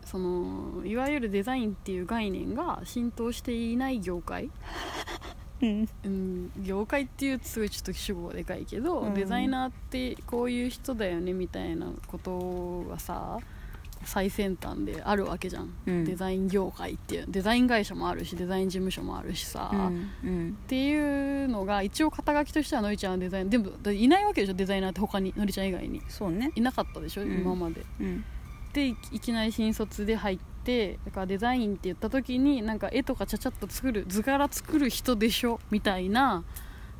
[SPEAKER 1] そのいわゆるデザインっていう概念が浸透していない業界、
[SPEAKER 2] うん
[SPEAKER 1] うん、業界っていうとすごいちょっと主語がでかいけど、
[SPEAKER 2] うん
[SPEAKER 1] デザイナーってこういう人だよねみたいなことがさ最先端であるわけじゃん、
[SPEAKER 2] うん
[SPEAKER 1] デザイン業界っていうデザイン会社もあるしデザイン事務所もあるしさ、
[SPEAKER 2] う
[SPEAKER 1] っ
[SPEAKER 2] んうん
[SPEAKER 1] ていうのが一応肩書きとしてはのりちゃんはデザインでもだいないわけでしょデザイナーって他にのりちゃん以外に
[SPEAKER 2] そうね
[SPEAKER 1] いなかったでしょ、
[SPEAKER 2] うん
[SPEAKER 1] 今まで
[SPEAKER 2] うん
[SPEAKER 1] でいいきなり新卒で入ってだからデザインって言った時になんか絵とかちゃちゃっと作る図柄作る人でしょみたいな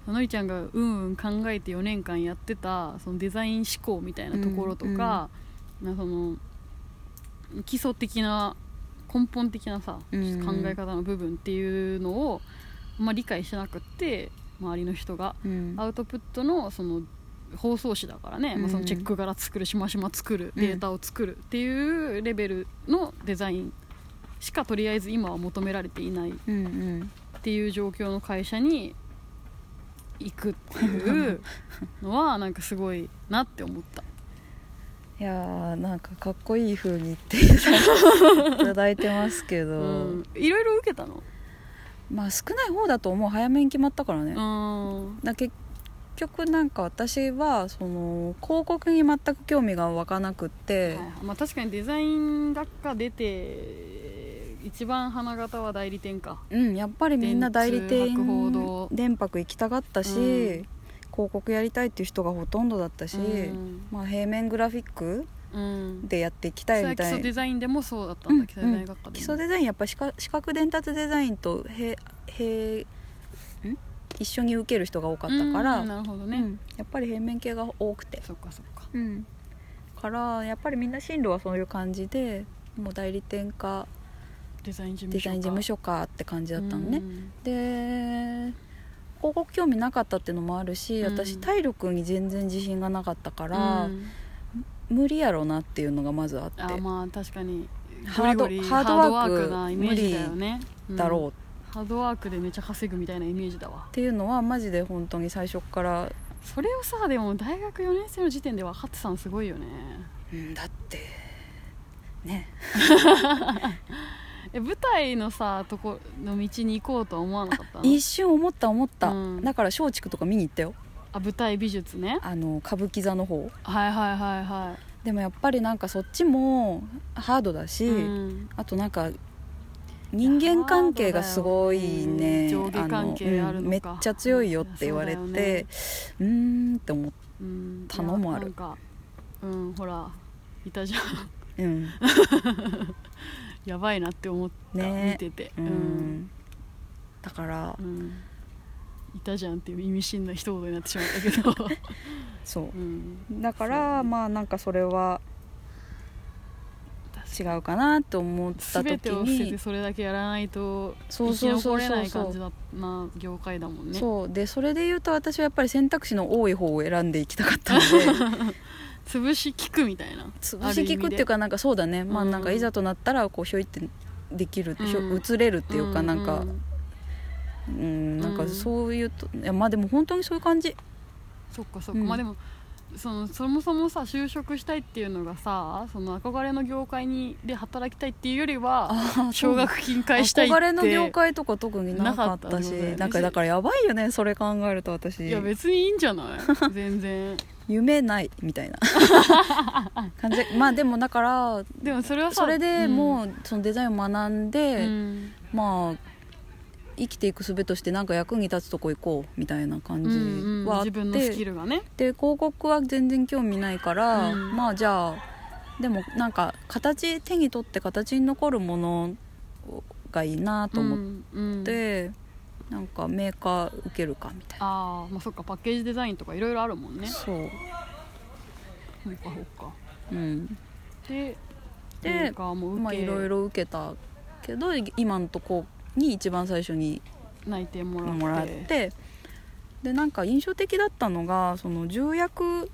[SPEAKER 1] のりちゃんがうんうん考えて4年間やってたそのデザイン思考みたいなところとか、なその基礎的な根本的なさ、
[SPEAKER 2] うん
[SPEAKER 1] 考え方の部分っていうのをあんまり理解してなくって周りの人が
[SPEAKER 2] うん
[SPEAKER 1] アウトプットのその放送紙だからね、まあ、そのチェック柄作るしましま作る
[SPEAKER 2] うん
[SPEAKER 1] データを作るっていうレベルのデザインしかとりあえず今は求められていないっ
[SPEAKER 2] うんうん
[SPEAKER 1] ていう状況の会社に行くっていうのはなんかすごいなって思った
[SPEAKER 2] いやーなんかかっこいい風に言っていただいてま すけど、
[SPEAKER 1] うんいろいろ受けたの
[SPEAKER 2] まあ少ない方だと思う早めに決まったからね、
[SPEAKER 1] うん
[SPEAKER 2] だ結局なんか私はその広告に全く興味が湧かなくって、
[SPEAKER 1] はいまあ、確かにデザイン学科出て一番花形は代理店か
[SPEAKER 2] うんやっぱりみんな代理
[SPEAKER 1] 電通博報
[SPEAKER 2] 店
[SPEAKER 1] 堂
[SPEAKER 2] 電博行きたかったし、
[SPEAKER 1] うん
[SPEAKER 2] 広告やりたいっていう人がほとんどだったし、
[SPEAKER 1] うん
[SPEAKER 2] まあ、平面グラフィック
[SPEAKER 1] うん
[SPEAKER 2] でやっていき
[SPEAKER 1] そ
[SPEAKER 2] たい
[SPEAKER 1] れは基
[SPEAKER 2] みたい
[SPEAKER 1] 礎
[SPEAKER 2] な
[SPEAKER 1] デザインでもそうだったんだ、
[SPEAKER 2] うん
[SPEAKER 1] 基礎デザイン学科でも
[SPEAKER 2] 基礎デザインやっぱ視覚視覚伝達デザインとへへん一緒に受ける人が多かったから、
[SPEAKER 1] うんなるほどね、
[SPEAKER 2] うんやっぱり平面系が多くて、
[SPEAKER 1] そっかそっか
[SPEAKER 2] うん、からやっぱりみんな進路はそういう感じでもう代理店か
[SPEAKER 1] デザイン事務
[SPEAKER 2] デ
[SPEAKER 1] 所
[SPEAKER 2] ザイン事務
[SPEAKER 1] 所
[SPEAKER 2] 所かって感じだったのね、
[SPEAKER 1] ん
[SPEAKER 2] で広告興味なかったっていうのもあるし
[SPEAKER 1] うん
[SPEAKER 2] 私体力に全然自信がなかったか、
[SPEAKER 1] から
[SPEAKER 2] 無理やろなっていうのがまずあって
[SPEAKER 1] あまあ確かに
[SPEAKER 2] ハード
[SPEAKER 1] ゴリゴリ
[SPEAKER 2] ハードワー
[SPEAKER 1] ハードワ
[SPEAKER 2] ク
[SPEAKER 1] ークなイメージだよねん
[SPEAKER 2] だろうっ
[SPEAKER 1] ハードワークでめっちゃ稼ぐみたいなイメージだわ
[SPEAKER 2] ていうのはマジで本当に最初から
[SPEAKER 1] それをさでも大学4年生の時点で分かってたのすごいよね
[SPEAKER 2] うんだってね
[SPEAKER 1] え舞台のさとこの道に行こうとは思わなかったの
[SPEAKER 2] 一瞬思った思った、
[SPEAKER 1] うん
[SPEAKER 2] だから松竹とか見に行っ たよ
[SPEAKER 1] あ舞台美術ね
[SPEAKER 2] あの歌舞伎座の方
[SPEAKER 1] はいはいはいは
[SPEAKER 2] でもやっぱりなんかそっちもハードだ
[SPEAKER 1] い、
[SPEAKER 2] し、
[SPEAKER 1] うん
[SPEAKER 2] あとなんか人間関係がすごいね
[SPEAKER 1] ハードだよね上下関係あるのか
[SPEAKER 2] うんめっちゃ強いよって言われて
[SPEAKER 1] そ
[SPEAKER 2] う,、
[SPEAKER 1] うだよね
[SPEAKER 2] ーんって思っ
[SPEAKER 1] うん、
[SPEAKER 2] 頼もある
[SPEAKER 1] いやなんかうんほらいたじゃん
[SPEAKER 2] てうん、
[SPEAKER 1] やばいなって思った、
[SPEAKER 2] ね
[SPEAKER 1] 見てて
[SPEAKER 2] うん
[SPEAKER 1] うん
[SPEAKER 2] だから
[SPEAKER 1] うんいたじゃんっていう意味深な一言になってしまった けど、
[SPEAKER 2] そう
[SPEAKER 1] うん、
[SPEAKER 2] だから、
[SPEAKER 1] そうね
[SPEAKER 2] まあなんかそれは違うかなと思った
[SPEAKER 1] 全
[SPEAKER 2] 時
[SPEAKER 1] てを捨てて
[SPEAKER 2] に
[SPEAKER 1] それだけやらないと
[SPEAKER 2] そう
[SPEAKER 1] 生き
[SPEAKER 2] そうそ
[SPEAKER 1] 残
[SPEAKER 2] う
[SPEAKER 1] れ
[SPEAKER 2] そ
[SPEAKER 1] な
[SPEAKER 2] う
[SPEAKER 1] い
[SPEAKER 2] そ
[SPEAKER 1] 感じ
[SPEAKER 2] う
[SPEAKER 1] だな業界だもんね
[SPEAKER 2] そうでそれで言うと私はやっぱり選択肢の多い方を選んでいきたかった ので
[SPEAKER 1] 潰し聞くみたいな
[SPEAKER 2] 潰し聞くっていうかなんかそうだね、まあ
[SPEAKER 1] うん
[SPEAKER 2] なんかいざとなったらこうひょいってできる、ひょ
[SPEAKER 1] うん
[SPEAKER 2] 移れるっていうかなんか、
[SPEAKER 1] ん
[SPEAKER 2] うんなん
[SPEAKER 1] う
[SPEAKER 2] か
[SPEAKER 1] ん
[SPEAKER 2] そういうといやまあでも本当にそういう感じ
[SPEAKER 1] そっかそっか、
[SPEAKER 2] うん
[SPEAKER 1] まあでもそのそもそもさ就職したいっていうのがさその憧れの業界にで働きたいっていうよりは
[SPEAKER 2] ああ
[SPEAKER 1] 奨学金返したいって
[SPEAKER 2] 憧れの業界とか特になか
[SPEAKER 1] な
[SPEAKER 2] っ
[SPEAKER 1] かった
[SPEAKER 2] た
[SPEAKER 1] って
[SPEAKER 2] し
[SPEAKER 1] ことだよね
[SPEAKER 2] なんかだからやばいよねそれ考えると私
[SPEAKER 1] いや別にいいんじゃない 全然
[SPEAKER 2] 夢ない みたいな感じまあでもだから
[SPEAKER 1] でもそれはさ
[SPEAKER 2] それでも
[SPEAKER 1] う、
[SPEAKER 2] うそのデザインを学んで、
[SPEAKER 1] うん
[SPEAKER 2] まあ生きていく術としてなんか役に立つとこ行こうみたいな感
[SPEAKER 1] うん
[SPEAKER 2] じ
[SPEAKER 1] うん
[SPEAKER 2] はあって、
[SPEAKER 1] 自分のスキルがね
[SPEAKER 2] で広告は全然興味ないから、
[SPEAKER 1] うん
[SPEAKER 2] まあじゃあでもなんか形手に取って形に残るものがいいなと思っ
[SPEAKER 1] うんうん
[SPEAKER 2] て、なんかメーカー受けるかみたいな、
[SPEAKER 1] ああまあそっかパッケージデザインとかいろいろあるもんねそ
[SPEAKER 2] そう、
[SPEAKER 1] うかそうか
[SPEAKER 2] うん、
[SPEAKER 1] で
[SPEAKER 2] で
[SPEAKER 1] なんかもう
[SPEAKER 2] まあ
[SPEAKER 1] 受け、
[SPEAKER 2] いろいろ受けたけど今のとこに一番最初に
[SPEAKER 1] 内定もらって
[SPEAKER 2] もらってでなんか印象的だったのがその重役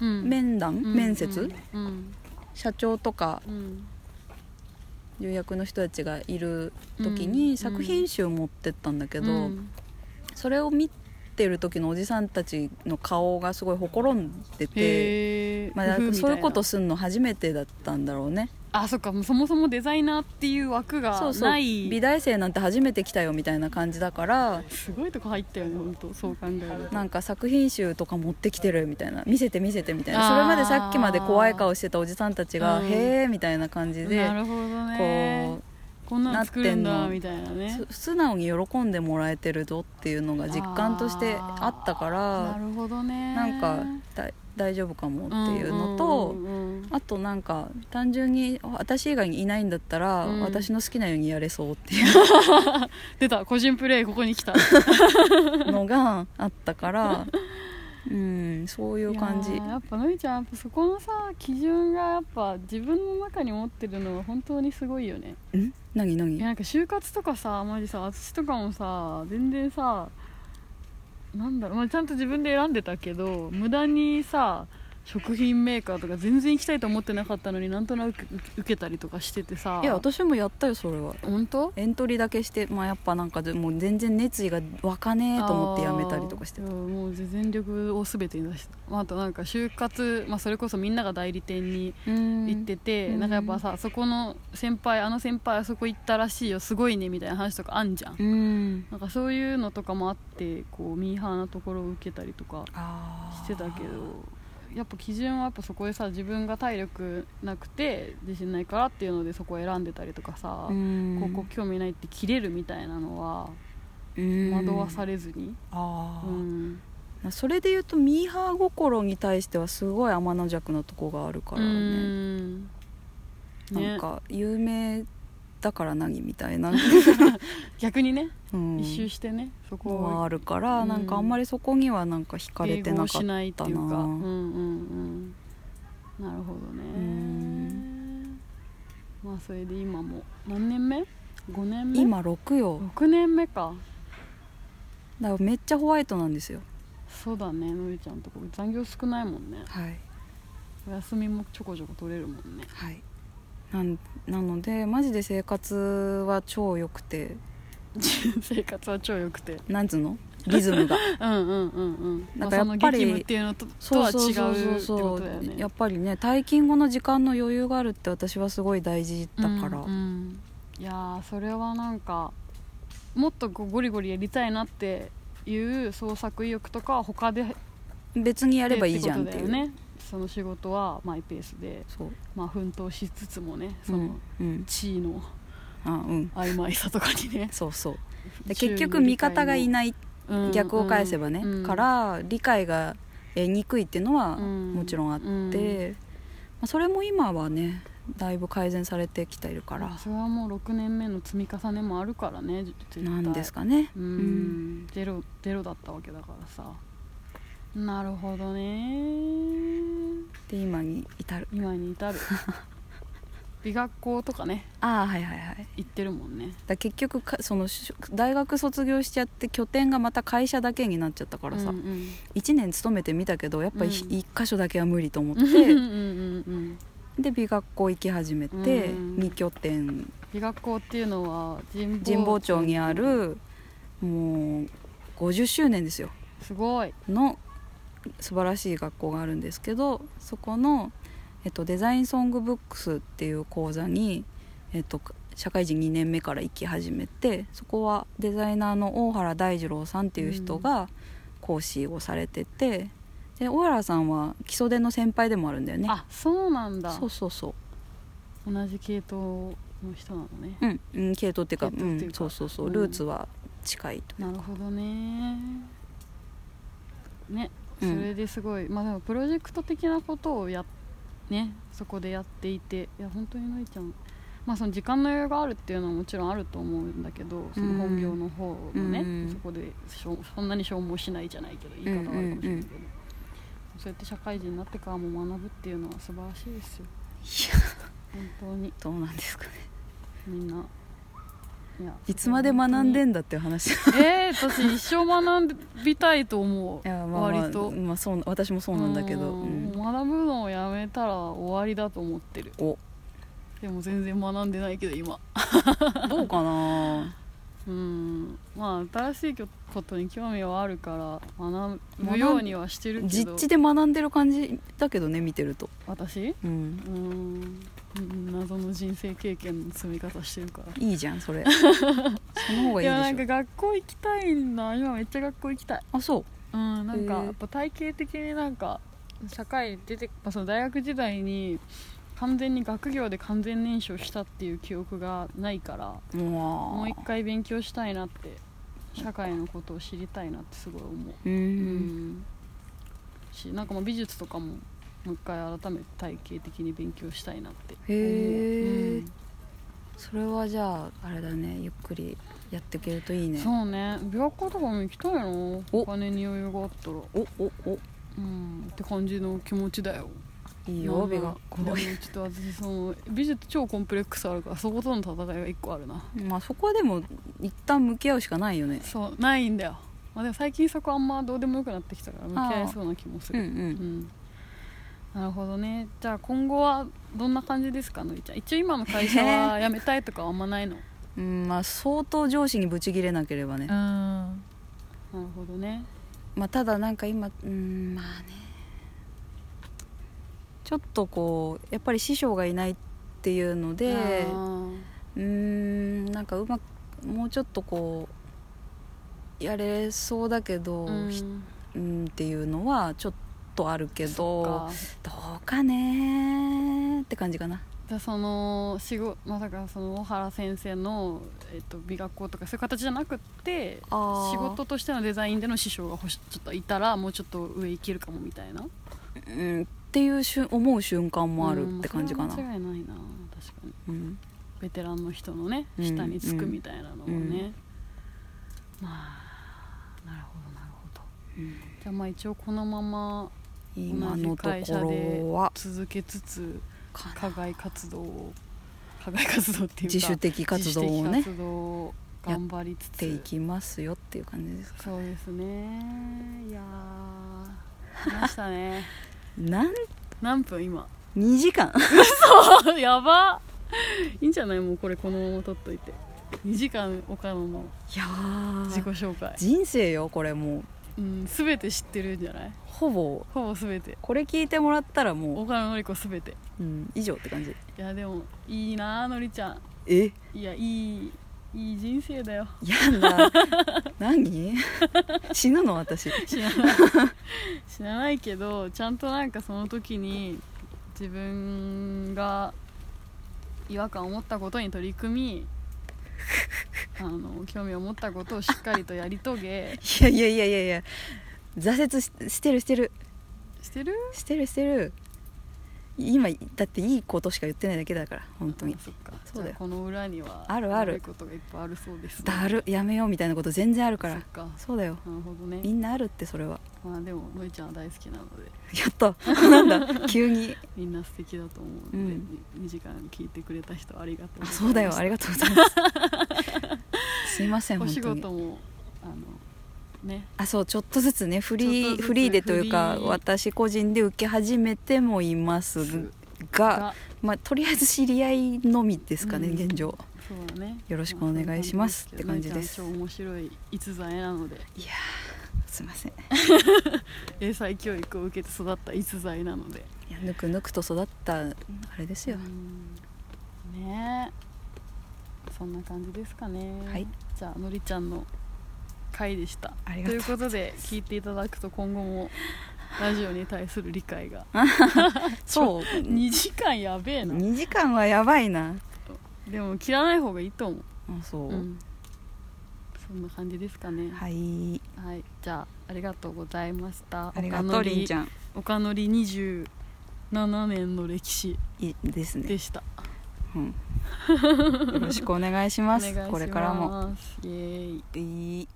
[SPEAKER 1] うん
[SPEAKER 2] 面談、
[SPEAKER 1] うん
[SPEAKER 2] 面接、
[SPEAKER 1] うん
[SPEAKER 2] 社長とか
[SPEAKER 1] うん、うん
[SPEAKER 2] 重役の人たちがいる時に作品集を持ってったんだけど、
[SPEAKER 1] うん
[SPEAKER 2] それを見てる時のおじさんたちの顔がすごいほころんでて、
[SPEAKER 1] へえ、
[SPEAKER 2] まあ、
[SPEAKER 1] 工夫みた
[SPEAKER 2] そういうこと
[SPEAKER 1] な
[SPEAKER 2] すんの初めてだったんだろうね
[SPEAKER 1] あそっかもうそもそもデザイナーっていう枠がない
[SPEAKER 2] そうそう美大生なんて初めて来たよみたいな感じだから
[SPEAKER 1] すごいとこ入ったよね本当そう考えると
[SPEAKER 2] なんか作品集とか持ってきてるみたいな見せて見せてみたい
[SPEAKER 1] あ
[SPEAKER 2] な
[SPEAKER 1] ー
[SPEAKER 2] それまでさっきまで怖い顔してたおじさんたちが、
[SPEAKER 1] うん
[SPEAKER 2] へえみたいな感じで
[SPEAKER 1] なるほどね
[SPEAKER 2] こ
[SPEAKER 1] こんなの作るん
[SPEAKER 2] な
[SPEAKER 1] だ
[SPEAKER 2] ってんの
[SPEAKER 1] みたいな
[SPEAKER 2] う
[SPEAKER 1] ね
[SPEAKER 2] す素直に喜んでもらえてるぞっていうのが実感としてあったか
[SPEAKER 1] な
[SPEAKER 2] ら
[SPEAKER 1] るほどね
[SPEAKER 2] なんかだ大丈夫かもっていうのと。
[SPEAKER 1] うんうんうん
[SPEAKER 2] あとなんか単純に私以外にいないんだったら、
[SPEAKER 1] うん
[SPEAKER 2] 私の好きなようにやれそうっていう
[SPEAKER 1] 出た個人プレイここに来た
[SPEAKER 2] のがあったからうんそういう感じ
[SPEAKER 1] やーやっぱのりちゃんやっぱそこのさ基準がやっぱ自分の中に持ってるのは本当にすごいよね
[SPEAKER 2] ん何
[SPEAKER 1] いや
[SPEAKER 2] 何
[SPEAKER 1] なんか就活とかさマジさ私とかもさ全然さなんだろう、まあ、ちゃんと自分で選んでたけど無駄にさ食品メーカーとか全然行きたいと思ってなかったのになんとなく受けたりとかしててさ
[SPEAKER 2] いや私もやったよそれは
[SPEAKER 1] 本当
[SPEAKER 2] エントリーだけして、まあ、やっぱなんかでもう全然熱意が湧かねえと思ってやめたりとかして
[SPEAKER 1] あ
[SPEAKER 2] た
[SPEAKER 1] ーうんもう全力を全てに出した、まあ、あとなんか就活、まあ、それこそみんなが代理店に行
[SPEAKER 2] 行
[SPEAKER 1] ってて、
[SPEAKER 2] うん
[SPEAKER 1] なんかやっぱさそこの先輩あの先輩あそこ行ったらしいよすごいねみたいな話とかあんじゃん、
[SPEAKER 2] うん
[SPEAKER 1] なんかそういうのとかもあってこうミーハーなところを受けたりとか
[SPEAKER 2] あー
[SPEAKER 1] してたけどやっぱ基準はやっぱそこでさ自分が体力なくて自信ないからっていうのでそこを選んでたりとかさ、
[SPEAKER 2] うん
[SPEAKER 1] ここ興味ないって切れるみたいなのは
[SPEAKER 2] うん
[SPEAKER 1] 惑わされずに、
[SPEAKER 2] あー
[SPEAKER 1] うん
[SPEAKER 2] まあそれで言うとミーハー心に対してはすごい天の弱なとこがあるから
[SPEAKER 1] う
[SPEAKER 2] ね
[SPEAKER 1] んね
[SPEAKER 2] なんか有名だから何みたい な、
[SPEAKER 1] 逆にね、
[SPEAKER 2] うん
[SPEAKER 1] 一周してねそこ
[SPEAKER 2] のは
[SPEAKER 1] を
[SPEAKER 2] あるから、
[SPEAKER 1] うん
[SPEAKER 2] なんかあんまりそこにはなんか惹かれてなかっ
[SPEAKER 1] 迎
[SPEAKER 2] た
[SPEAKER 1] 合しないっていうか
[SPEAKER 2] な
[SPEAKER 1] うんうんうんなるほどね
[SPEAKER 2] うん
[SPEAKER 1] まあそれで今も何年目 ?5 年目
[SPEAKER 2] 今6よ
[SPEAKER 1] 6年目か
[SPEAKER 2] だからめっちゃホワイトなんですよ
[SPEAKER 1] そうだねのりちゃんとこ残業少ないもんね
[SPEAKER 2] はい
[SPEAKER 1] お休みもちょこちょこ取れるもんね
[SPEAKER 2] はいなんなのでマジで生活は超良くて
[SPEAKER 1] 生活は超良くて
[SPEAKER 2] なんつうのリズムが
[SPEAKER 1] うんうんうんうん
[SPEAKER 2] なんかやっ
[SPEAKER 1] まあそ
[SPEAKER 2] ぱり
[SPEAKER 1] の激務っていうのととは
[SPEAKER 2] そ
[SPEAKER 1] 違
[SPEAKER 2] うそうそう
[SPEAKER 1] う
[SPEAKER 2] そう
[SPEAKER 1] ってことだよね
[SPEAKER 2] やっぱりね退勤後の時間の余裕があるって私はすごい大事だから、
[SPEAKER 1] うんうんいやーそれはなんかもっとこうゴリゴリやりたいなっていう創作意欲とかは他で
[SPEAKER 2] 別にやればいいじゃんって
[SPEAKER 1] て
[SPEAKER 2] い
[SPEAKER 1] こ
[SPEAKER 2] う
[SPEAKER 1] とだよねその仕事はマイペースで、
[SPEAKER 2] そう
[SPEAKER 1] まあ、奮闘しつつもねそ
[SPEAKER 2] そ
[SPEAKER 1] の
[SPEAKER 2] のうん
[SPEAKER 1] 地位の
[SPEAKER 2] あうん
[SPEAKER 1] 曖昧さとかにね
[SPEAKER 2] そうそうで
[SPEAKER 1] 周囲の
[SPEAKER 2] 結局味方がいない
[SPEAKER 1] 理解も
[SPEAKER 2] 逆を返せばね、
[SPEAKER 1] うんうん
[SPEAKER 2] から理解が得にくいっていうのは
[SPEAKER 1] うん
[SPEAKER 2] もちろんあって、
[SPEAKER 1] うん
[SPEAKER 2] まあ、それも今はねだいぶ改善されてきているから
[SPEAKER 1] それはもう6年目の積み重ねもあるからね絶対
[SPEAKER 2] なんですかね
[SPEAKER 1] うん、ゼロゼロだったわけだからさなるほどね
[SPEAKER 2] で今に至る
[SPEAKER 1] 今に 至る美学校とかね
[SPEAKER 2] ああはいはいはい
[SPEAKER 1] 行ってるもんね
[SPEAKER 2] だ結局かそのし大学卒業しちゃって拠点がまた会社だけになっちゃったか
[SPEAKER 1] だ
[SPEAKER 2] らさ、
[SPEAKER 1] うんうん、
[SPEAKER 2] 1年勤めてみたけどやっぱりひ
[SPEAKER 1] うん
[SPEAKER 2] 一箇所だけは無理と思っ
[SPEAKER 1] うんうん
[SPEAKER 2] て
[SPEAKER 1] うんうん
[SPEAKER 2] で美学校行き始めて
[SPEAKER 1] うん
[SPEAKER 2] 2拠点
[SPEAKER 1] 美学校っていうのは神
[SPEAKER 2] 神保町にあるもう50周年ですよ
[SPEAKER 1] すごい
[SPEAKER 2] の素晴らしい学校があるんですけどそこの、えっと、デザインソングブックスっていう講座に、えっと、社会人2年目から行き始めてそこはデザイナーの大原大二郎さんっていう人が講師をされてて、で大原さんは基礎での先輩でもあるんだよね。
[SPEAKER 1] あそうなんだ
[SPEAKER 2] そうそうそう
[SPEAKER 1] 同じ系統の人なのね
[SPEAKER 2] うん、うん、系統っていうか、
[SPEAKER 1] 系統っていううんか
[SPEAKER 2] そうそうそう、
[SPEAKER 1] うん
[SPEAKER 2] ルーツは近いと
[SPEAKER 1] なるほどねねそ
[SPEAKER 2] うん
[SPEAKER 1] れですごい、まあでもプロジェクト的なことをやっねそこでやっていていや本当にのりちゃんまあその時間の余裕があるっていうのはもちろんあると思うんだけどその本業の方もね、
[SPEAKER 2] うん
[SPEAKER 1] そこでしょそんなに消耗しないじゃないけど言い方はあるかもしれないけど、そうやって社会人になってからも学ぶっていうのは素晴らしいですよ本当に
[SPEAKER 2] どうなんですかね
[SPEAKER 1] みんな。いや
[SPEAKER 2] いつまで学んで
[SPEAKER 1] ん
[SPEAKER 2] んだっていう話
[SPEAKER 1] えー、私一生学びたいと思う
[SPEAKER 2] いやまあ、まあ、
[SPEAKER 1] 割と
[SPEAKER 2] まあ、そう私もそうなんだけど、
[SPEAKER 1] うん
[SPEAKER 2] うん
[SPEAKER 1] 学ぶのをやめたら終わりだと思ってる
[SPEAKER 2] お
[SPEAKER 1] でも全然学んでないけど今
[SPEAKER 2] どうかな
[SPEAKER 1] うんまあ新しいことに興味はあるから学
[SPEAKER 2] 学
[SPEAKER 1] ぶ
[SPEAKER 2] ん
[SPEAKER 1] ようにはしてるけど
[SPEAKER 2] 実地で学んでる感じだけどね見てると、
[SPEAKER 1] 私う
[SPEAKER 2] うん、
[SPEAKER 1] んうん謎の人生経験の積み方してるから
[SPEAKER 2] いいじゃん それその方がいいでしょ
[SPEAKER 1] やなんか学校行きたいな今めっちゃ学校行きたい
[SPEAKER 2] あそう
[SPEAKER 1] うんなんか
[SPEAKER 2] へえ
[SPEAKER 1] やっぱ体系的になんか社会に出て、まあ、その大学時代に完全に学業で完全燃焼したっていう記憶がないからも
[SPEAKER 2] も
[SPEAKER 1] う一回勉強したいなって社会のことを知りたいなってすごい思う、
[SPEAKER 2] う
[SPEAKER 1] うんん、しなんかまあ美術とかももう一回改めて体系的に勉強したいなって
[SPEAKER 2] へえ、
[SPEAKER 1] うん
[SPEAKER 2] それはじゃああれだねゆっくりやっていけるといいね
[SPEAKER 1] そうね琵琶湖とかも行きたいの
[SPEAKER 2] お
[SPEAKER 1] お金に余裕があったら
[SPEAKER 2] おおお
[SPEAKER 1] うんって感じの気持ちだよ
[SPEAKER 2] いいよ美学校
[SPEAKER 1] でもちょっと私その美術超コンプレックスあるからそことの戦いが1個あるな
[SPEAKER 2] まあそこはでも一旦向き合うしかないよね
[SPEAKER 1] そうないんだよ、まあ、でも最近そこあんまどうでもよくなってきたから向き合えそうな気もす
[SPEAKER 2] うん
[SPEAKER 1] る
[SPEAKER 2] うん
[SPEAKER 1] うんなるほどねじゃあ今後はどんな感じですかのりちゃん一応今の会社は辞めたいとかはあんまない の
[SPEAKER 2] うんまあ相当上司にブチギレなければね、
[SPEAKER 3] うん
[SPEAKER 1] なるほどね
[SPEAKER 2] まあただなんか今うんまあねちょっとこうやっぱり師匠がいないっていうので
[SPEAKER 1] あー
[SPEAKER 2] うーんなんかうまくもうちょっとこうやれそうだけど、
[SPEAKER 1] うん
[SPEAKER 2] ひうんっていうのはちょっとあるけど
[SPEAKER 1] か
[SPEAKER 2] どうかねーって感じかな
[SPEAKER 1] じゃあその仕事まさかその大原先生の、えっと、美学校とかそういう形じゃなくって
[SPEAKER 2] あー
[SPEAKER 1] 仕事としてのデザインでの師匠が欲しちょっといたらもうちょっと上行けるかもみたいな
[SPEAKER 2] うんっていう瞬思う瞬間もあるって感じか
[SPEAKER 1] うん
[SPEAKER 2] な
[SPEAKER 1] それは間違いないな確かに
[SPEAKER 2] うん
[SPEAKER 1] ベテランの人のね
[SPEAKER 2] うん
[SPEAKER 1] 下につくみたいなのも
[SPEAKER 2] うん
[SPEAKER 1] ね、まあなるほどなるほど、じゃあまあ一応このまま
[SPEAKER 2] 今のところは
[SPEAKER 1] 続けつつ
[SPEAKER 2] かな
[SPEAKER 1] 課外活動を課外活動っていうか
[SPEAKER 2] 自主的活動をね
[SPEAKER 1] 自主的活動を頑張りつ
[SPEAKER 2] っ
[SPEAKER 1] つ
[SPEAKER 2] ていきますよっていう感じです
[SPEAKER 1] そうですねいや ー来ましたね
[SPEAKER 2] なん
[SPEAKER 1] 何分 今
[SPEAKER 2] 2時間
[SPEAKER 1] やばいいんじゃないもうこれこのまま撮っといて2時間岡野の
[SPEAKER 2] いやー
[SPEAKER 1] 自己紹介
[SPEAKER 2] 人生よこれも
[SPEAKER 1] う
[SPEAKER 2] う
[SPEAKER 1] ん全て知ってるんじゃない
[SPEAKER 2] ほぼ
[SPEAKER 1] ほぼ全て
[SPEAKER 2] これ聞いてもらったらも
[SPEAKER 1] 岡野のり子全て
[SPEAKER 2] う、うん、以上って感じ
[SPEAKER 1] いやでもいいなあのりちゃん
[SPEAKER 2] え
[SPEAKER 1] いやいいいい人生だよ
[SPEAKER 2] や だ何死ぬの私
[SPEAKER 1] 知らない知らないけどちゃんとなんかその時に自分が違和感を持ったことに取り 組みあの興味を持ったことをしっかりとやり遂げ
[SPEAKER 2] いやいやいやいやいや挫折ししてるしてる
[SPEAKER 1] してる
[SPEAKER 2] してるしてる今だっていいことしか言ってないだけだから本当に
[SPEAKER 1] あそっか
[SPEAKER 2] そうだ
[SPEAKER 1] じゃ
[SPEAKER 2] よ
[SPEAKER 1] あこの裏には
[SPEAKER 2] あるある
[SPEAKER 1] 悪いことがいっぱいあるそうですね
[SPEAKER 2] だるやめようみたいなこと全然あるか
[SPEAKER 1] そ
[SPEAKER 2] ら
[SPEAKER 1] っかな
[SPEAKER 2] そうだよ
[SPEAKER 1] るほど
[SPEAKER 2] み
[SPEAKER 1] ね
[SPEAKER 2] んなあるってそれは
[SPEAKER 1] まあでもロイちゃんは大好きなので
[SPEAKER 2] やったなんだ急に
[SPEAKER 1] みんな素敵だと思うので、
[SPEAKER 2] うん
[SPEAKER 1] 2時間聞いてくれた人ありがとうござい
[SPEAKER 2] あ
[SPEAKER 1] ます
[SPEAKER 2] そうだ よありがとうございます すいません
[SPEAKER 1] お
[SPEAKER 2] 本
[SPEAKER 1] 仕
[SPEAKER 2] 当に
[SPEAKER 1] 事もあのね
[SPEAKER 2] あそうちょっとずつねフリ
[SPEAKER 1] ちょっと
[SPEAKER 2] ー
[SPEAKER 1] ずつ
[SPEAKER 2] フリーでというか
[SPEAKER 1] フリー
[SPEAKER 2] 私個人で受け始めてもいますが、
[SPEAKER 1] が
[SPEAKER 2] まあ、とりあえず知り合いのみですかね、
[SPEAKER 1] うん
[SPEAKER 2] 現状
[SPEAKER 1] そうだね
[SPEAKER 2] よろしくお願いしますって感じです
[SPEAKER 1] まあそういう感じですけどなんか一応面白い逸材なのです
[SPEAKER 2] いませんい
[SPEAKER 1] 英才教育を受けて育った逸材なので
[SPEAKER 2] やぬくぬくと育ったあれですよ
[SPEAKER 1] うんねえそんな感じですかね
[SPEAKER 2] はい
[SPEAKER 1] じゃあのりちゃんの回でした
[SPEAKER 2] あり
[SPEAKER 1] と
[SPEAKER 2] がと
[SPEAKER 1] いううことで聞いていただくと今後もラジオに対する理解 が
[SPEAKER 2] そう
[SPEAKER 1] 2時間やべえな
[SPEAKER 2] 2時間はやばいな
[SPEAKER 1] でも切らない方がいいと思
[SPEAKER 2] あそう、
[SPEAKER 1] う、うん、そんな感じですかね
[SPEAKER 2] はい
[SPEAKER 1] はい、じゃあありがとうございました。
[SPEAKER 2] ありがとうりんち
[SPEAKER 1] ん。
[SPEAKER 2] ゃん
[SPEAKER 1] 岡のり27年の歴史
[SPEAKER 2] いいですね
[SPEAKER 1] でした。
[SPEAKER 2] うん、よろしくお願いし
[SPEAKER 1] お願
[SPEAKER 2] ま
[SPEAKER 1] い
[SPEAKER 2] す
[SPEAKER 1] します。
[SPEAKER 2] これからも。
[SPEAKER 1] イエーイ。
[SPEAKER 2] いい